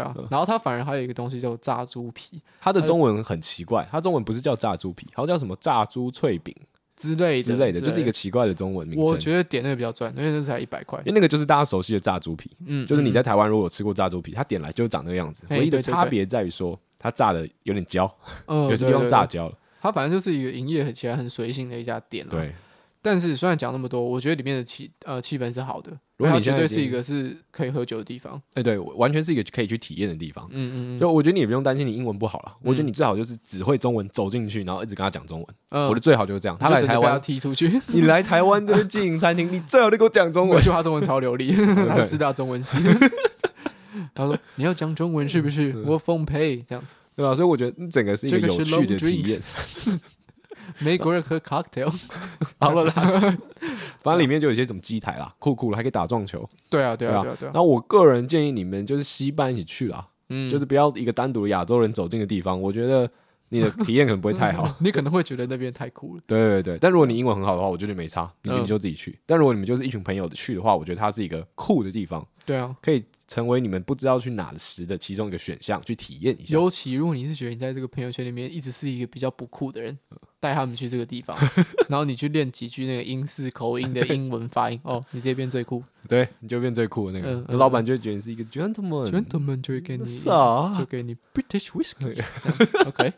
Speaker 2: 啊，然后他反而还有一个东西叫做炸猪皮
Speaker 1: 它的中文很奇怪，它中文不是叫炸猪皮，好像叫什么炸猪脆饼
Speaker 2: 之类的
Speaker 1: 之类的，就是一个。奇怪的中文名
Speaker 2: 我
Speaker 1: 称。
Speaker 2: 觉得点那个比较赚，因为那才一百块
Speaker 1: 因。为那个就是大家熟悉的炸猪皮，
Speaker 2: 嗯，
Speaker 1: 就是你
Speaker 2: 嗯
Speaker 1: 在台湾如果有吃过炸猪皮，它点来就是长那个样子，
Speaker 2: 嘿
Speaker 1: 唯一的
Speaker 2: 对对
Speaker 1: 差别在于说它炸的有点焦，
Speaker 2: 嗯
Speaker 1: 有些
Speaker 2: 对
Speaker 1: 地方
Speaker 2: 对
Speaker 1: 炸
Speaker 2: 对
Speaker 1: 焦了。
Speaker 2: 它反正就是一个营业很起来很随性的一家店啦。
Speaker 1: 对，
Speaker 2: 但是虽然讲那么多，我觉得里面的气呃气氛是好的，
Speaker 1: 如果你
Speaker 2: 它
Speaker 1: 现
Speaker 2: 绝
Speaker 1: 在
Speaker 2: 对
Speaker 1: 已经
Speaker 2: 是一个是可以喝酒的地方。
Speaker 1: 哎对，完全是一个可以去体验的地方。
Speaker 2: 嗯嗯
Speaker 1: 就我觉得你也不用担心你英文不好了，我觉得你最好就是只会中文走进去，然后一直跟他讲中文。
Speaker 2: 嗯，
Speaker 1: 我的最好就是这样，他
Speaker 2: 你就
Speaker 1: 来
Speaker 2: 等着
Speaker 1: 台
Speaker 2: 被他
Speaker 1: 湾，
Speaker 2: 踢出去，
Speaker 1: 你来台湾这个经营餐厅，你最好就给 我讲中
Speaker 2: 我
Speaker 1: 文。
Speaker 2: 就他中文超流 利，他师大中文系。他说：“你要讲中文是不
Speaker 1: 嗯
Speaker 2: 是？我奉陪这样子。
Speaker 1: 对吧？所以我觉得嗯整个是一个
Speaker 2: 这个
Speaker 1: 有
Speaker 2: 是
Speaker 1: 趣的
Speaker 2: long
Speaker 1: 体验
Speaker 2: drinks。。美国人喝 cocktail。
Speaker 1: 好了啦，反正里面就有一些什么机台啦， 酷酷的，还可以打撞球。
Speaker 2: 对啊，对
Speaker 1: 对
Speaker 2: 啊，对啊，对啊
Speaker 1: 那。我个人建议你们就是西班一起去啦，
Speaker 2: 嗯，。
Speaker 1: 就是不要一个单独的亚洲人走进的地方，我觉得你的体验可能不会太 好
Speaker 2: 你可能会觉得那边太酷了。
Speaker 1: 对对对，但如果你英文很好的话，我觉得没差，你
Speaker 2: 嗯
Speaker 1: 你就自己去。但如果你们就是一群朋友的去的话，我觉得它是一个酷的地方，
Speaker 2: 对啊，
Speaker 1: 可以成为你们不知道去哪时的其中一个选项，去体验一下。
Speaker 2: 尤其如果你是觉得你在这个朋友圈里面一直是一个比较不酷的人，
Speaker 1: 嗯
Speaker 2: 带他们去这个地方， 然后你去练几句那个英式口音的英文发音，哦，你直接变最酷。
Speaker 1: 对，你就变最酷的那
Speaker 2: 嗯
Speaker 1: 个，
Speaker 2: 嗯
Speaker 1: 老板就会觉得你是一个 gentleman。
Speaker 2: Gentleman 就会给你，
Speaker 1: 是啊，
Speaker 2: 就给你 British whiskey 这样子。OK，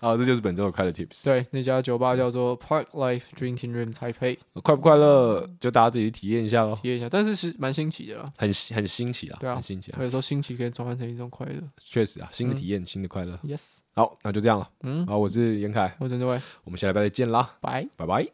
Speaker 1: 好，这就是本周的快乐 tips。
Speaker 2: 对，那家酒吧叫做 Park Life Drinking Room 台北，
Speaker 1: 呃快不快乐就大家自己去体验一下咯，
Speaker 2: 体验一下，但是是蛮新奇的啦。
Speaker 1: 很很新奇啊，
Speaker 2: 对啊
Speaker 1: 很新奇啊
Speaker 2: 或，者说新奇可以转换成一种快乐。
Speaker 1: 确实啊，新的
Speaker 2: 嗯
Speaker 1: 体验，新的快乐。
Speaker 2: Yes，
Speaker 1: 好，那就这样了。
Speaker 2: 嗯，
Speaker 1: 好，我是严凯，
Speaker 2: 我真的会
Speaker 1: 我们下礼拜再见啦，
Speaker 2: 拜。
Speaker 1: 拜拜。